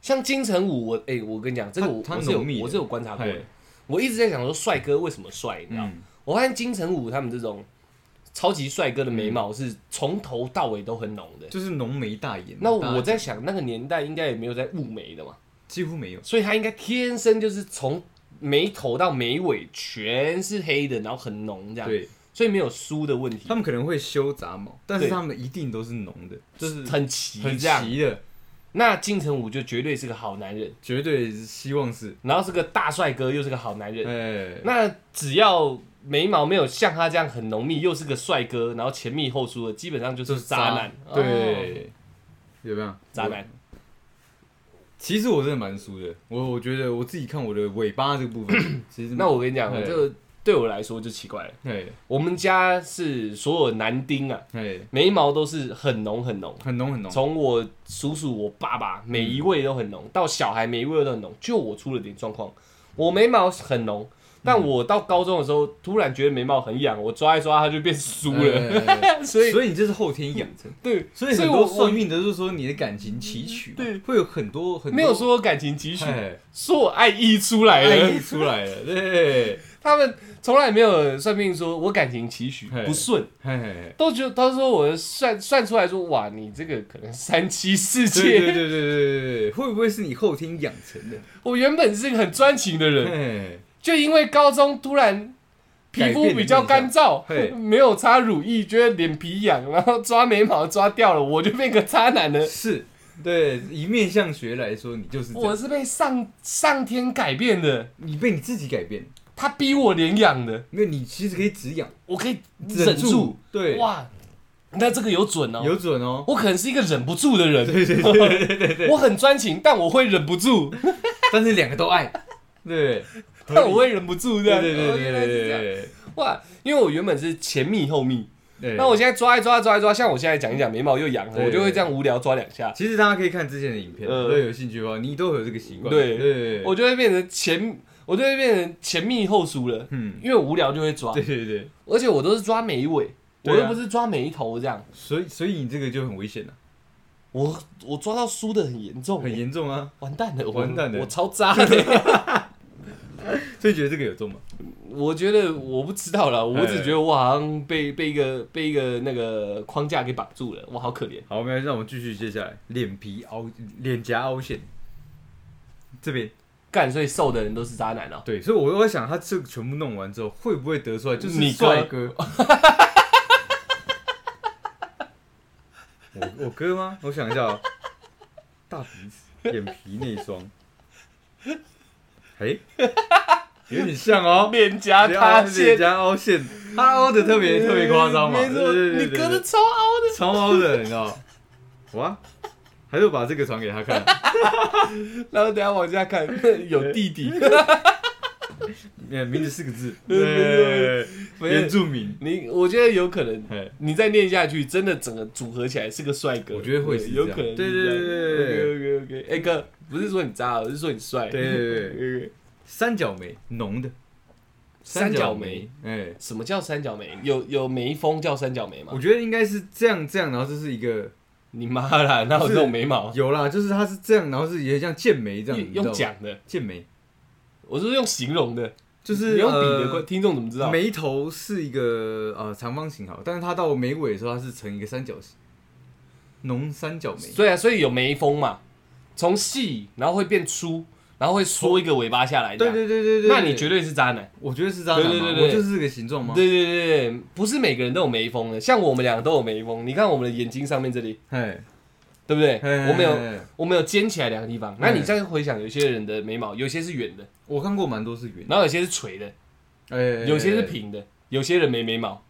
A: 像金城武，我哎，我跟你讲，这个我
B: 他他
A: 我是有
B: 浓密的
A: 我是有观察过的
B: 嘿，
A: 我一直在想说帅哥为什么帅，你知道吗？
B: 嗯，
A: 我发现金城武他们这种超级帅哥的
B: 嗯
A: 眉毛是从头到尾都很浓的。
B: 就是浓眉大眼。
A: 那
B: 大
A: 我在想，那个年代应该也没有在雾眉的嘛，
B: 几乎没有，
A: 所以他应该天生就是从眉头到眉尾全是黑的，然后很浓这样，
B: 对
A: 所以没有梳的问题
B: 他，们可能会修杂毛，但是
A: 对
B: 他们一定都是浓的，就是
A: 很齐
B: 很
A: 这样。
B: 齐的，
A: 那金城武就绝对是个好男人，
B: 绝对是希望是。
A: 然后是个大帅哥，又是个好男人。
B: 哎，
A: 那只要眉毛没有像他这样很浓密，又是个帅哥，然后前密后疏的，基本上就
B: 就是是
A: 渣男。哦，
B: 对，有没有
A: 渣？男
B: 我。其实我真的蛮输的，我我觉得我自己看我的尾巴这个部 分，其实
A: 那我跟你讲，
B: 哎
A: 这个对我来说就奇怪了。
B: 哎
A: 我们家是所有男丁啊，
B: 哎
A: 眉毛都是很浓很浓，
B: 很浓很浓，
A: 从我叔叔、我爸爸每
B: 嗯
A: 一位都很浓，到小孩每一位都很浓，就我出了点状况，我眉毛很浓，但我到高中的时候，突然觉得眉毛很痒，我抓一抓它就变酥了， 所以
B: 哎所以你这是后天养成，
A: 对，
B: 嗯所以很
A: 我
B: 多算
A: 我
B: 命的就是说你的感情崎岖嘛，
A: 对
B: 会有很多很多
A: 没有说我感情汲取，
B: 哎
A: 说我爱意出来
B: 爱意
A: 了。
B: 出来了，对，
A: 他们从来没有算命说我感情期许
B: 嘿
A: 不顺，
B: 嘿嘿嘿
A: 都觉得他说我算算出来说哇，你这个可能三妻四妾。
B: 对对对对对对对，会不会是你后天养成的？
A: 我原本是个很专情的人，
B: 哎，
A: 就因为高中突然皮肤比较干燥
B: 改变了面，相嘿
A: 没有擦乳液，觉得脸皮痒，然后抓眉毛抓掉了，我就变个渣男了。
B: 是，对，以面相学来说，你就是这
A: 我
B: 样，
A: 是被上上天改变的，
B: 你被你自己改变，
A: 他逼我脸痒的，
B: 没有，你其实可以止痒，
A: 我可以忍
B: 忍
A: 住。，
B: 对，
A: 哇，那这个有准哦。
B: 有准哦，
A: 我可能是一个忍不住的人，
B: 对对对对对对，
A: 我很专情，但我会忍不住，
B: 但是两个都爱， 对，
A: 但我
B: 合
A: 会
B: 理
A: 忍不住这
B: 对
A: 样。
B: 对
A: 哦
B: 对
A: 原
B: 对
A: 来
B: 对
A: 是这样
B: 对
A: 哇，因为我原本是前密后密，
B: 对，嗯
A: 那我现在抓一抓抓一抓，像我现在讲一讲眉毛又痒了，
B: 对
A: 我就会这样无聊抓两下，
B: 其实大家可以看之前的影片，
A: 呃
B: 如果有兴趣的话，你都有这个习惯。
A: 对
B: 对，
A: 我就会变成前，我就会变成前密后疏了，
B: 嗯，
A: 因为无聊就会抓
B: 对，对对，
A: 而且我都是抓眉尾，我
B: 对
A: 又
B: 啊
A: 不是抓眉头这样，
B: 所以所以你这个就很危险了，
A: 我我抓到疏的很严重欸
B: 很，严重啊。
A: 完蛋了，我
B: 完蛋了
A: 我超渣 的，
B: 所以觉得这个有中吗？
A: 我觉得我不知道了，我
B: 哎
A: 只觉得我好像被被一个被一个那个框架给绑住了，我好可怜。
B: 好，没关系，那我们继续接下来，脸皮凹，脸颊凹陷，这边
A: 干，所以瘦的人都是渣男哦、
B: 对，所以我在想，他这个全部弄完之后，会不会得出来就是
A: 你哥
B: 帅哥？ 我我哥吗？我想一下、哦，大鼻子，眼皮内双，哎、有点像 哦。
A: 脸颊塌陷
B: 脸，颊凹陷，他凹的特 别特别夸张嘛，
A: 没错，
B: 对
A: 你割的，
B: 对对对对
A: 超凹的。
B: 超凹的，你知道？哇，还是我把这个传给他看，
A: 然后等一下往下看，有弟弟，
B: 呃名字四个字，
A: 对对对
B: 对，原住民，
A: 你我觉得有可能，
B: 哎，
A: 你再念下去，真的整个组合起来是个帅哥。
B: 我觉得会是
A: 对
B: 这
A: 有
B: 样
A: 可能是这样。
B: 对对对对
A: 对 OK OK OK。哎哥，不是说你渣，哦我是说你帅。
B: 对对
A: 对对。
B: 三角眉，浓的
A: 三角眉，，
B: 哎，
A: 什么叫三角眉？有有眉峰叫三角眉吗
B: 我？觉得应该是这样这样，然后这是一个
A: 你妈啦，哪有这种眉毛？
B: 有啦，就是它是这样，然后是也像剑眉这样，你
A: 用
B: 知道吗
A: 用讲的，
B: 剑眉，
A: 我是用形容的，
B: 就是
A: 你用比
B: 呃
A: 的，观听众怎么知道？
B: 眉头是一个呃长方形好，但是它到眉尾的时候，它是成一个三角形，浓三角眉。
A: 对啊，所以有眉峰嘛，从细然后会变粗，然后会缩一个尾巴下来这
B: 对
A: 样。
B: 对对对对，
A: 啊那你绝对是渣男。
B: 我觉得是这样
A: 对
B: 吗？
A: 对对对
B: 我就是这个形状吗？
A: 对对对对，不是每个人都有眉峰的，像我们两个都有眉峰。你看我们的眼睛上面这里，
B: 嘿，
A: 对不对？
B: 嘿
A: 我们有
B: 嘿
A: 我们有尖起来两个地方。那你再回想，有些人的眉毛，有些是圆的，
B: 我看过蛮多是圆的，
A: 然后有些是垂的，
B: 哎，
A: 有些是平的，有些人没眉毛，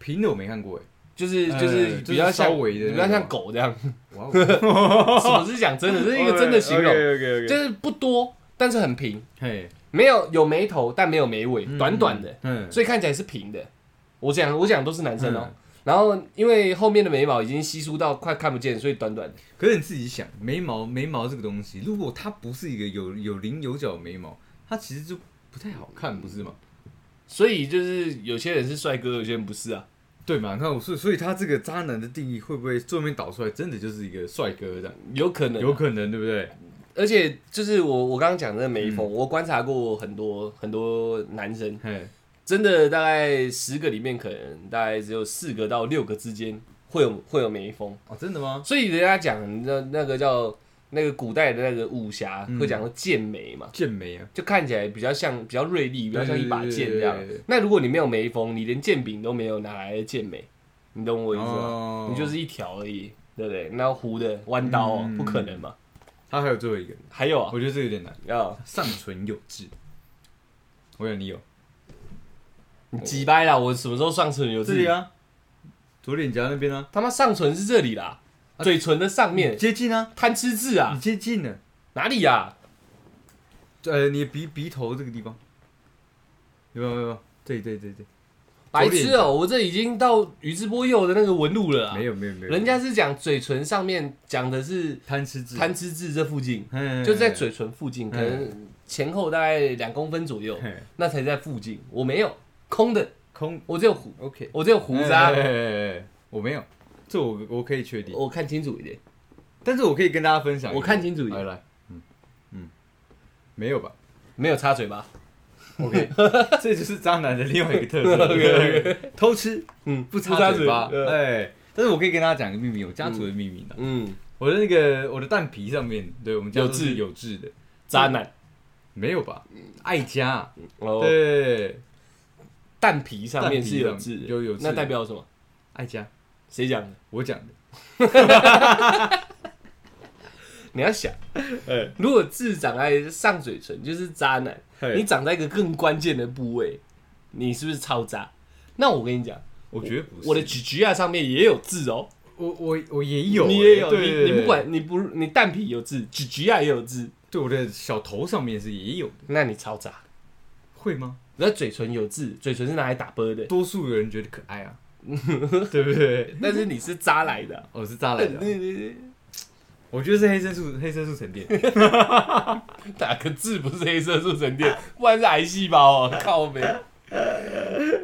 B: 平的我没看过哎，
A: 就是
B: 哎
A: 就是比较像
B: 就是稍微的那
A: 比
B: 种
A: 较像狗这样。
B: 哇哦，
A: 我是讲真的，这是一个真的形容，
B: OK OK，
A: 就是不多，但是很平，
B: 嘿，
A: 没有有眉头，但没有眉尾，
B: 嗯
A: 短短的。
B: 嗯，
A: 所以看起来是平的。我讲我讲都是男生哦、
B: 嗯
A: 然后因为后面的眉毛已经稀疏到快看不见，所以短短的。
B: 可是你自己想，眉毛眉毛这个东西，如果它不是一个有有棱有角的眉毛，它其实就不太好看，不是吗？
A: 所以就是有些人是帅哥，有些人不是啊。
B: 对嘛？你看我，所以所以他这个渣男的定义会不会最后面导出来，真的就是一个帅哥这样？
A: 有可能啊、
B: 有可能，对不对？
A: 而且就是我我刚刚讲的眉峰，
B: 嗯
A: 我观察过很多很多男生，
B: 嘿，
A: 真的大概十个里面可能大概只有四个到六个之间会有会有眉峰。
B: 哦，真的吗？
A: 所以人家讲那那个叫那个古代的那个武侠、
B: 嗯
A: 会讲到剑眉嘛，
B: 剑眉啊，
A: 就看起来比较像比较锐利，比较像一把剑这样
B: 对对对对对。
A: 那如果你没有眉峰，你连剑柄都没有，哪来的剑眉？你懂我意思吗？
B: 哦
A: 你就是一条而已，对不对？那弧的弯刀哦、
B: 嗯
A: 不可能嘛。
B: 他还有最后一个，
A: 还有啊，
B: 我觉得这个有点难，
A: 啊，
B: 上唇有痣。我有，你有？
A: 你几掰啦！我什么时候上唇有
B: 这
A: 自
B: 里
A: 己？
B: 啊，左脸颊那边啊，
A: 他妈上唇是这里啦，
B: 啊
A: 嘴唇的上面
B: 接近啊，
A: 贪吃痣
B: 你
A: 啊，
B: 接近了。
A: 哪里啊呀、
B: 呃，你的鼻鼻头这个地方，有没有？有没有？对对对对，
A: 白痴哦、我这已经到宇智波鼬的那个纹路了啊
B: 没有没有没有，
A: 人家是讲嘴唇上面讲的是
B: 贪吃自嗯
A: 贪吃痣这附近，
B: 贪
A: 就在嘴唇附近，可
B: 嗯
A: 能前后大概两公分左右，那才在附近。我没有空的，
B: 空
A: 我只有胡，
B: OK
A: 我只有胡子啊
B: 哎。哎哎哎我没有，这我我可以确定，
A: 我看清楚一点，
B: 但是我可以跟大家分享一个，
A: 我看清楚一
B: 来
A: 点，
B: 来，嗯嗯，没有吧
A: 没有插嘴巴。
B: ？OK，这就是渣男的另外一个特 色
A: OK，OK
B: 偷吃
A: 嗯，
B: 不插嘴巴，
A: 呃
B: 哎。但是我可以跟大家讲一个秘密，我家族的秘密呢。
A: 嗯，
B: 我的那个我的蛋皮上面，对我们家
A: 有
B: 族是
A: 痣
B: 有痣的，
A: 渣男。
B: 没有吧？爱家，
A: 哦，
B: 对，
A: 蛋皮上面是有
B: 蛋皮上
A: 痣的，
B: 有有痣
A: 那代表什么？
B: 爱家，
A: 谁讲的？
B: 我讲的，
A: 你要想，
B: 哎，
A: 如果痣长在上嘴唇，就是渣男。你
B: 你
A: 长在一个更关键的部位，你是不是超渣？那我跟你讲，
B: 我觉得不是，
A: 我的橘橘啊上面也有痣哦，
B: 我我我也有，
A: 你也有，欸
B: 对对
A: 你你
B: 对
A: 不管你不你蛋皮有痣，橘橘啊也有痣，
B: 对我的小头上面是也有的，
A: 那你超渣。
B: 会吗？
A: 然后嘴唇有痣，嘴唇是拿来打啵的，
B: 多数有人觉得可爱 啊，对不对？
A: 但是你是渣来的啊、
B: 我是渣来
A: 对
B: 的啊，
A: 对对，
B: 我觉得是黑色素，黑色素 沉淀，
A: 打个痣不是黑色素沉淀， 不然是癌细胞哦， 靠呗。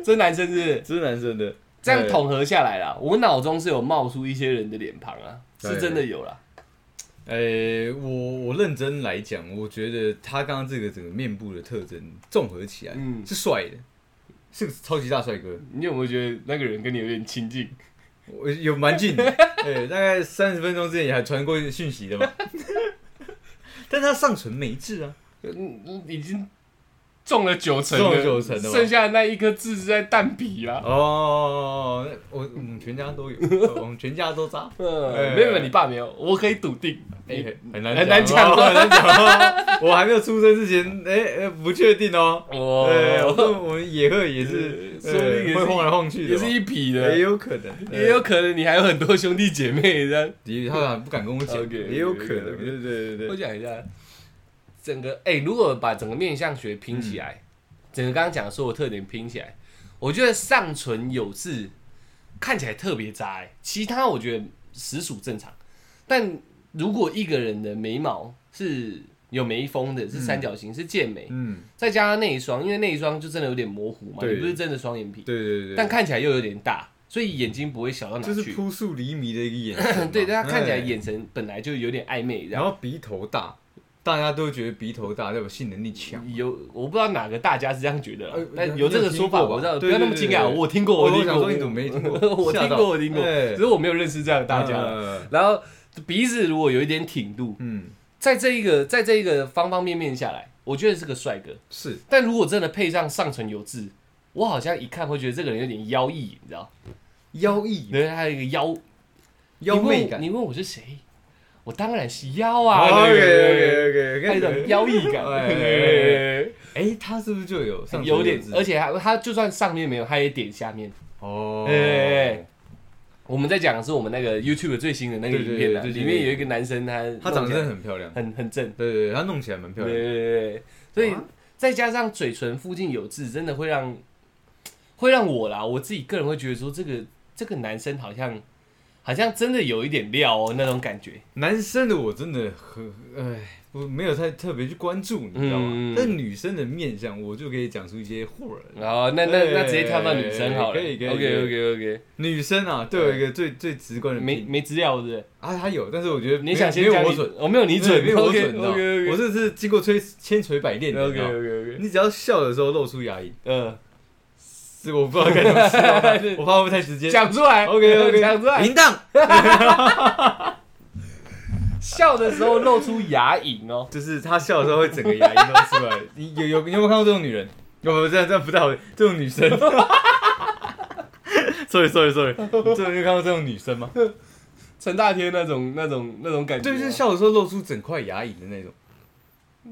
A: 这男生是不是
B: 这是男生的，
A: 这样统合下来啦，我脑中是有冒出一些人的脸庞啊，是真的有啦。
B: 对。呃，我我认真来讲，我觉得他刚刚这个整个面部的特征综合起来，
A: 嗯
B: 是帅的，是个超级大帅哥，
A: 你有没有觉得那个人跟你有点亲近？
B: 我有蛮近的，对，大概三十分钟之前也还传过讯息 的嘛。但他上唇没痣啊，
A: 嗯嗯已经中了九成了，
B: 中了九成了吧
A: 剩下的那一颗痣是在蛋皮啦。
B: 哦，我我们全 家都有，我们全家都渣，哎
A: 嗯，没有，没有你爸没有，我可以笃定。
B: 哎
A: 你
B: 很难
A: 很难讲
B: 哦
A: 哦
B: 很难讲哦。 我还没有出生之前，哎哎，不确定哦。对，我
A: 哦，
B: 们我们野鹤也是，
A: 说不定
B: 呃
A: 也是
B: 会晃来晃去的
A: 也
B: 嘛，
A: 是一匹
B: 也
A: 的，
B: 有可能，
A: 也有可能你还有很多兄弟姐妹这样。
B: 也他不敢跟我讲，
A: OK，OK，OK
B: 也有可能，对对对
A: 我
B: 对，
A: 讲一下，整个哎、如果把整个面相学拼起
B: 嗯
A: 来，整个刚刚讲的所有特点拼起来，我觉得上唇有痣看起来特别渣、哎，其他我觉得实属正常。但如果一个人的眉毛是有眉峰的，是三角形，是剑眉，
B: 嗯，
A: 再加上那一双，因为那一双就真的有点模糊嘛，
B: 对
A: 你不是真的双眼皮，
B: 对对对对，
A: 但看起来又有点大，所以眼睛不会小到哪
B: 就
A: 去。
B: 是扑朔迷离的一个眼神嘛，
A: 对，但他看起来
B: 哎
A: 眼神本来就有点暧昧，然后。
B: 然后鼻头大，大家都觉得鼻头大代表性能力强。
A: 有我不知道哪个大家是这样觉得啦
B: 呃，
A: 但
B: 你
A: 有这
B: 你
A: 个
B: 有
A: 说
B: 听
A: 法
B: 过吧
A: 我知道，不
B: 对
A: 要那
B: 对
A: 么
B: 对
A: 惊讶，
B: 对
A: 我听过，
B: 我
A: 听
B: 想
A: 过，
B: 说你怎么没听过
A: 我
B: 吓
A: 听
B: 到
A: 过，我听过，
B: 哎
A: 只是我没有认识这样的大家。
B: 呃
A: 然后鼻子如果有一点挺度，
B: 嗯，
A: 在这一个在这一个方方面面下来，我觉得是个帅哥。
B: 是
A: 但如果真的配上上唇有痣，我好像一看会觉得这个人有点妖异，你知道？
B: 妖异
A: 因为他有一个妖
B: 妖媚感
A: 你问我。你问我是谁？我当然是妖啊！
B: OK
A: 对不对他有一
B: OK OK
A: 种
B: OK。
A: 妖异感。
B: 哎哎哎哎
A: 对
B: 哎，他是不是就有上
A: 有点，而
B: 且
A: 且他他就算上面没有，他也点下面。
B: 哦，
A: 哎我们在讲的是我们那个 YouTube 最新的那个
B: 对对
A: 影片啊，
B: 对对对
A: 里面有一个男生他
B: 他长得真的很漂亮。
A: 很很正，
B: 对对对，他弄起来蛮漂
A: 对对
B: 亮。
A: 对对，所以
B: 哇
A: 再加上嘴唇附近有痣，真的会让会让我啦，我自己个人会觉得说这个这个男生好像好像真的有一点料哦那种感觉，
B: 男生的我真的很哎，我没有太特别去关注，你知道吗
A: 嗯？
B: 但女生的面相，我就可以讲出一些货儿来。
A: 然后那那
B: 对
A: 那直接跳到女生好了
B: 可以可以
A: o k OK OK，
B: 女生啊，都有一个最最直观的
A: 没
B: 评
A: 没资料是不是？
B: 啊，他有，但是我觉得
A: 你想
B: 没
A: 先
B: 有
A: 讲
B: 没有
A: 你
B: 我准，
A: 我没有你准
B: 没有我准，
A: OK
B: 你知道吗
A: OK
B: 我
A: OK
B: 这是嗯经过摧千锤百炼的。你知
A: OK
B: 道吗
A: OK OK，
B: 你只要笑的时候露出牙龈，
A: 嗯。
B: 这我不知道该怎 么说，我怕会不太直接。
A: 讲出来
B: OK OK，
A: 讲出来。
B: 淫荡，
A: 笑的时候露出牙龈哦，
B: 就是他笑的时候会整个牙龈都出来。你有有有没有看过这种女人？有没有这样这样不太好？这种女生，sorry sorry sorry，你真的有看过这种女生吗？
A: 陈大天那种那种那种感觉。哦
B: 对，就是。笑的时候露出整块牙龈的那种。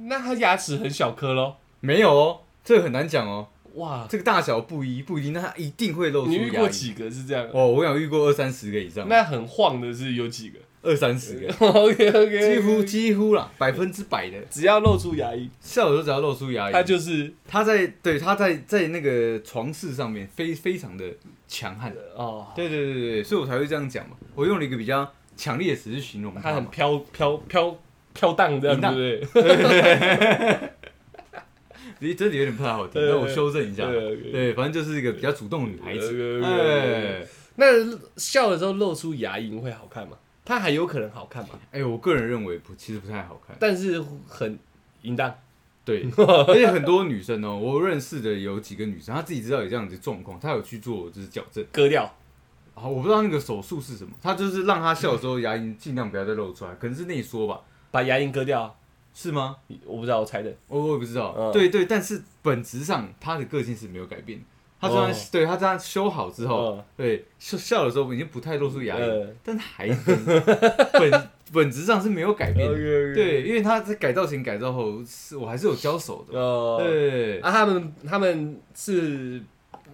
A: 那他牙齿很小颗咯。
B: 没有哦，这个很难讲哦，
A: 哇，
B: 这个大小不一不一定，但它一定会露出
A: 你
B: 牙
A: 遇过
B: 龈。哦
A: 几个是这样？
B: 哦，我想遇过二三十个以上，
A: 那很晃的是有几个？
B: 二三 十个，
A: OK OK，
B: 几乎几乎啦，百分之百的
A: 只要露出牙龈，
B: 校友只要露出牙
A: 他
B: 龈，
A: 就是
B: 他在对他在在那个床事上面非非常的强悍，
A: 哦，
B: 对对对对对，所以我才会这样讲嘛，我用了一个比较强烈的词去形容
A: 他
B: 他
A: 很
B: 嘛，
A: 飘飘飘飘荡这样，
B: 淫
A: 对
B: 荡
A: 不对？
B: 你真的有点不太好听，
A: 对
B: 那我修正一下，
A: 对
B: 对，反正就是一个比较主动的女孩子，
A: OK，OK，OK，
B: 哎
A: 那笑的时候露出牙龈会好看吗？他还有可能好看嘛，
B: 哎，我个人认为不，其实不太好看。
A: 但是很淫荡。
B: 对， 而且很多女生哦，我认识的有几个女生，她自己知道有这样的状况，她有去做就是矫正。
A: 割掉，
B: 啊，我不知道那个手术是什么，她就是让她笑的时候牙龈尽量不要再露出来，可能是内缩吧？
A: 把牙龈割掉，
B: 是吗？
A: 我不知道，我猜的。
B: 我我也不知道。
A: 嗯
B: 对对，但是本质上她的个性是没有改变的。她虽然、
A: 哦
B: 对她这样修好之后，
A: 嗯
B: 对笑笑的时候已经不太露出牙龈，
A: 嗯
B: 但还是本 本质上是没有改变的。
A: OK，OK
B: 对，因为她在改造前改造后，是我还是有交手的。
A: 哦，
B: 对，
A: 啊，他们他们是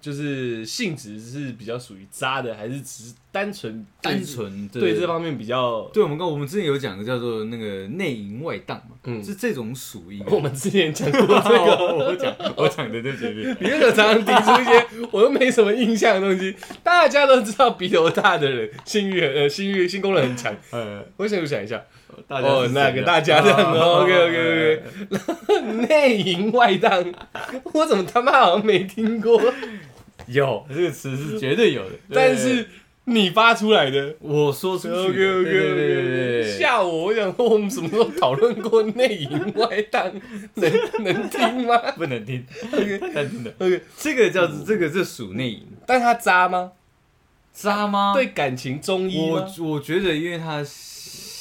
A: 就是性质是比较属于渣的，还是只是单纯
B: 单纯
A: 对这方面比较？
B: 对，我们刚我们之前有讲个叫做那个内淫外荡嘛，
A: 嗯
B: 是这种属 于
A: 我哦们之前讲过
B: 这
A: 这
B: 个
A: 个，
B: 我讲我讲的对对对，
A: 你那个常常提出一些我都没什么印象的东西。大家都知道鼻头大的人性欲很呃性欲性功能很强，
B: 呃，
A: 我想想一下，
B: 大家
A: 哦，那个大家这样，OK OK
B: OK，
A: OK，内淫外荡，我怎么他妈好像没听过？
B: 有这个词是绝对有的，
A: 但是你发出来的
B: 我说出去
A: OK
B: 的
A: OK
B: 对对对对对
A: OK，
B: 对
A: 吓我！我想说我们什么时候讨论过内淫外荡，能能听吗
B: 不能听，
A: ？OK
B: 但真的
A: OK，
B: 这个叫
A: 嗯
B: 做这个这属内淫，
A: 但他渣吗？
B: 渣吗？
A: 对感情中医
B: 我
A: 吗？
B: 我觉得，因为他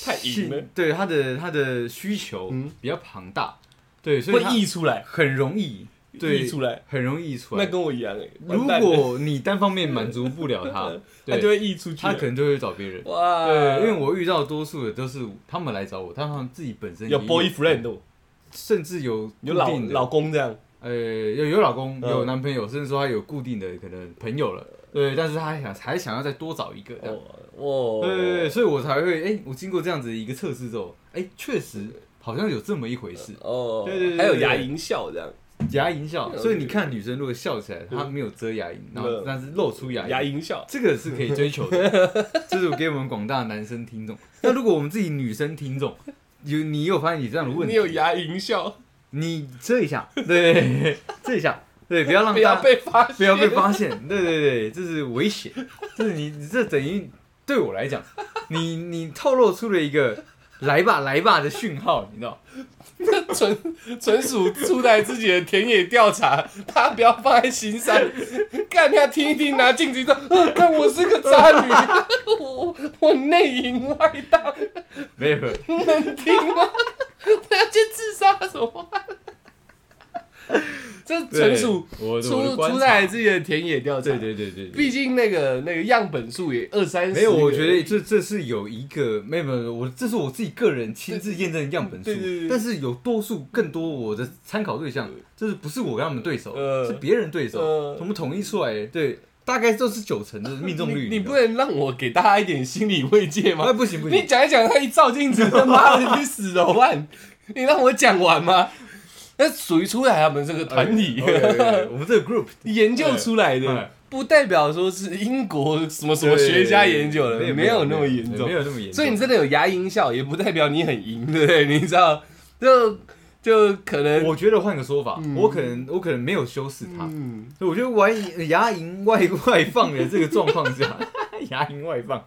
A: 太淫了
B: 性对他的他的需求
A: 嗯
B: 比较庞大，对，所
A: 会
B: 以他
A: 溢出来，
B: 很容易对
A: 溢出来，
B: 很容易溢出
A: 那
B: 来。
A: 跟我一样哎。
B: 如
A: 完蛋了，
B: 果你单方面满足不了他
A: 他就
B: 对，
A: 会溢出去
B: 他
A: 了，
B: 可能就会找别人。
A: 哇，
B: 对，因为我遇到多数的都是他们来找我，但他们自己本身
A: 有
B: 也
A: boyfriend，哦
B: 甚至有固
A: 有老
B: 定的
A: 老公这样，
B: 呃，有有老公，
A: 嗯
B: 有男朋友，甚至说他有固定的可能朋友了，对，但是他还想还想要再多找一个这样。
A: 哦，哇
B: 对对对，所以我才会哎、我经过这样子一个测试之后，哎、确实好像有这么一回事，
A: 哦，
B: 对对对对
A: 还有牙龈笑这样，
B: 牙龈笑。
A: 嗯
B: 所以你看女生如果笑起来，她没有遮牙龈，然后
A: 嗯
B: 但是露出牙
A: 牙
B: 龈，
A: 龈笑，
B: 这个是可以追求的， 这是我给我们广大男生听众。那如果我们自己女生听众，有你有发现你这样的问
A: 你
B: 题，
A: 有牙龈笑，
B: 你遮一下，对， 遮一下，对，不要让
A: 不
B: 大
A: 要被发现，
B: 不要被发现，对对对，这是危险，这是你你这等于对我来讲，你你透露出了一个来吧来吧的讯号，你知道？
A: 纯 纯属出台自己的田野调查，大家不要放在心上。干他听一听，拿镜子一照，呃看我是个渣女， 我我内淫外荡，
B: 没有，
A: 能听吗？ 我要去自杀什么？ 这纯属
B: 对我的我
A: 出
B: 的观
A: 出
B: 察
A: 台自己的田野调查。
B: 对对对对 对。
A: 毕竟那个那个样本数也二三十个，
B: 没有，我觉得这这是有一个没有没有没有，我这是我自己个人亲自验证的样本数
A: 对对对对，
B: 但是有多数更多我的参考对象，就是不是我跟他们对手，
A: 呃
B: 是别人对手，
A: 呃
B: 我们统一出来，对，大概都是九成的命中率。
A: 你你
B: 知
A: 不
B: 道吗
A: 能让我给大家一点心理慰藉吗
B: 哎？不行 不
A: 你
B: 行，
A: 讲一讲，他一照镜子，他妈的去死哦！ 万，你让我讲完吗？那属于出来他们这个团体
B: OK，OK，OK，我们这个 group
A: 研究出来
B: 哎
A: 的，不代表说是英国什么什么学家研究的，
B: 对
A: 没有那么严重
B: 没。有那么严重。
A: 所以你真的有牙龈笑，也不代表你很赢，对不对？你知道，就就可能，
B: 我觉得换个说法，我可能我可能没有修饰它，
A: 嗯，
B: 所以我觉得外牙龈外外放的这个状况 下，牙龈外放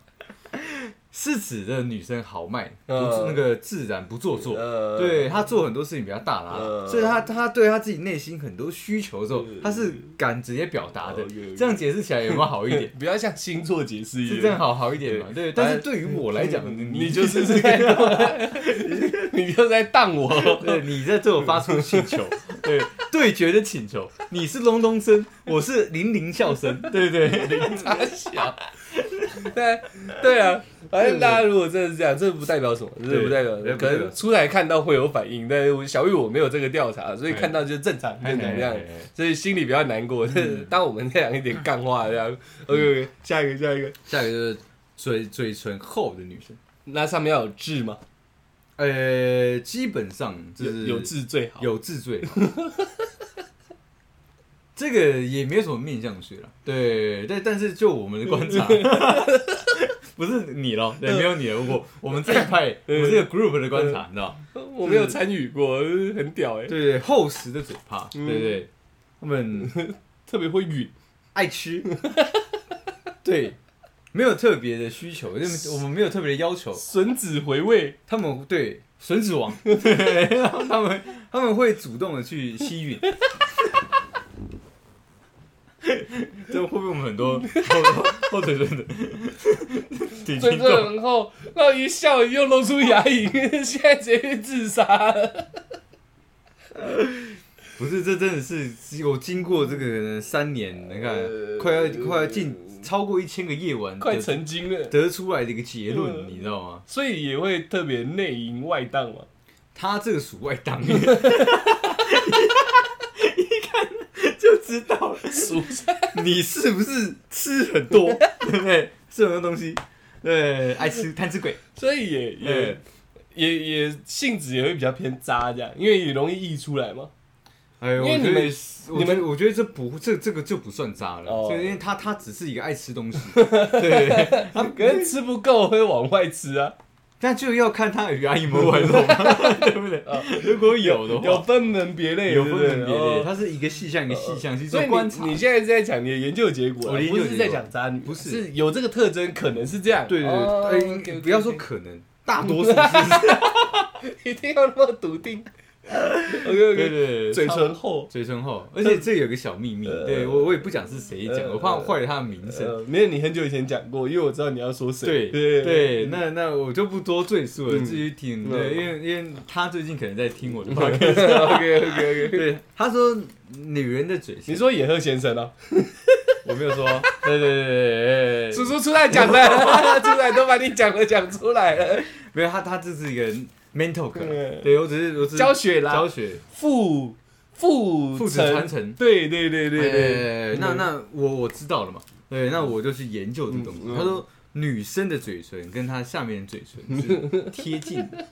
B: 是指的女生豪迈，不
A: 呃
B: 那个自然不做作。
A: 呃
B: 对她做很多事情比较大啦，
A: 呃
B: 所以她她对她自己内心很多需求的时候
A: 呃，
B: 她是敢直接表达的
A: 呃有有。
B: 这样解释起来有没有好一点？
A: 不要像星座解释一
B: 是
A: 样，
B: 这样好好一点嘛？对，嗯但是对于我来讲，
A: 你就是在， 你就是在当我，
B: 对，你在对我发出请求，对对决的请求，你是隆咚声，我是零零笑声， 对不对？
A: 傻小。对对啊，反正大家如果真的是这样，这不代表什么，这不代表什么
B: 对
A: 可能出来看到会有反应，但是我小玉我没有这个调查，所以看到就正常
B: 哎
A: 正常这样
B: 嘿嘿嘿嘿，
A: 所以心里比较难过。 但是当我们在讲一点干话这样，OK OK，下一个下一个，
B: 下一个就是嘴嘴唇厚的女生，
A: 那上面要有字吗？
B: 呃，基本上就
A: 有
B: 是
A: 有字最好。
B: 有字最好。 这个也没有什么面相学了，对，但但是就我们的观察， 不是你
A: 嗯
B: 咯，对，没有你了，我我们这一 派，我们这个 group 的观
A: 嗯
B: 察，你知道，
A: 我没有参与过，很屌哎、
B: 对对，厚实的嘴巴，对
A: 嗯
B: 对，他们
A: 特别会晕。
B: 爱吃，对，没有特别的需求，因为我们没有特别的要求，
A: 笋子回味，
B: 他们对吮指王， 对然 后他们他们会主动的去吸吮。这会不会我们很 多后后腿真的挺
A: 嘴
B: 激
A: 唇
B: 动？
A: 很厚，然后一笑又露出牙龈， 现在直接自杀了。
B: 不是，这真的是我经过这个三年，你看
A: 呃，
B: 快要快要近超过一千个夜晚，
A: 快
B: 得
A: 成精了，
B: 得出来的一个结
A: 呃
B: 论，你知道吗？
A: 所以也会特别内应外荡 嘛。
B: 他这个属外 当， 一看就知道了。
A: 属下
B: 你是不是吃很多， 对不对？吃很多东西，对，爱吃贪吃鬼，
A: 所以也也
B: 对，
A: 也也性质也会比较偏渣这样，因为也容易溢出来嘛。
B: 哎呦，
A: 因为
B: 我觉
A: 你
B: 得
A: 们
B: 我
A: 你
B: 觉
A: 们
B: 得我觉得这不这这个就不算渣了，
A: 哦
B: 所以因为他他只是一个爱 吃东西，对，他
A: 可是吃不够会往外吃啊，
B: 但就要看他有牙龈没有外 露嘛，对不对？如果有的
A: 有
B: 话，
A: 哦分门别类，
B: 有
A: 对
B: 分
A: 不对
B: 门别
A: 哦
B: 类，它是一个细项一个细项去
A: 所
B: 做
A: 以
B: 观察
A: 你。你现在是在讲你的研究结果啊，
B: 我的研
A: 不
B: 究
A: 是在讲渣女，啊
B: 不是
A: 是有这个特征，可能是这样。
B: 对
A: 哦
B: 对对，哎
A: OK，OK，OK
B: 不要说可能，大多数是，
A: 一定要那么笃定。OK
B: 对
A: OK，
B: 对对，
A: 嘴
B: 差不多
A: 唇厚，
B: 嘴唇厚，而且这有个小秘密，
A: 呃
B: 对我我也不讲是谁讲，
A: 呃
B: 我怕坏了他的名声。
A: 呃，没有你很久以前讲过，因为我知道你要说谁。
B: 对嗯对，那那我就不多赘述了，
A: 嗯
B: 自己听。
A: 嗯
B: 对，因为因为他最近可能在听 我的话。
A: OK OK OK，
B: 对，他说女人的嘴
A: 你
B: 型，
A: 说野鹤先生哦，
B: 我没有说。对对对对对
A: 叔
B: 对，
A: 叔出来讲 的，出来都把你讲的讲出来了，
B: 没有他，他这是一个 mental
A: 嗯
B: 对我只是我只是
A: 教学啦
B: 教，学
A: 父父
B: 父子传承。
A: 对对对对对，
B: 对，哎那那我我知道了嘛。对，那我就去研究这个东西
A: 嗯嗯。
B: 他说女生的嘴唇跟她下面的嘴 唇是贴近的，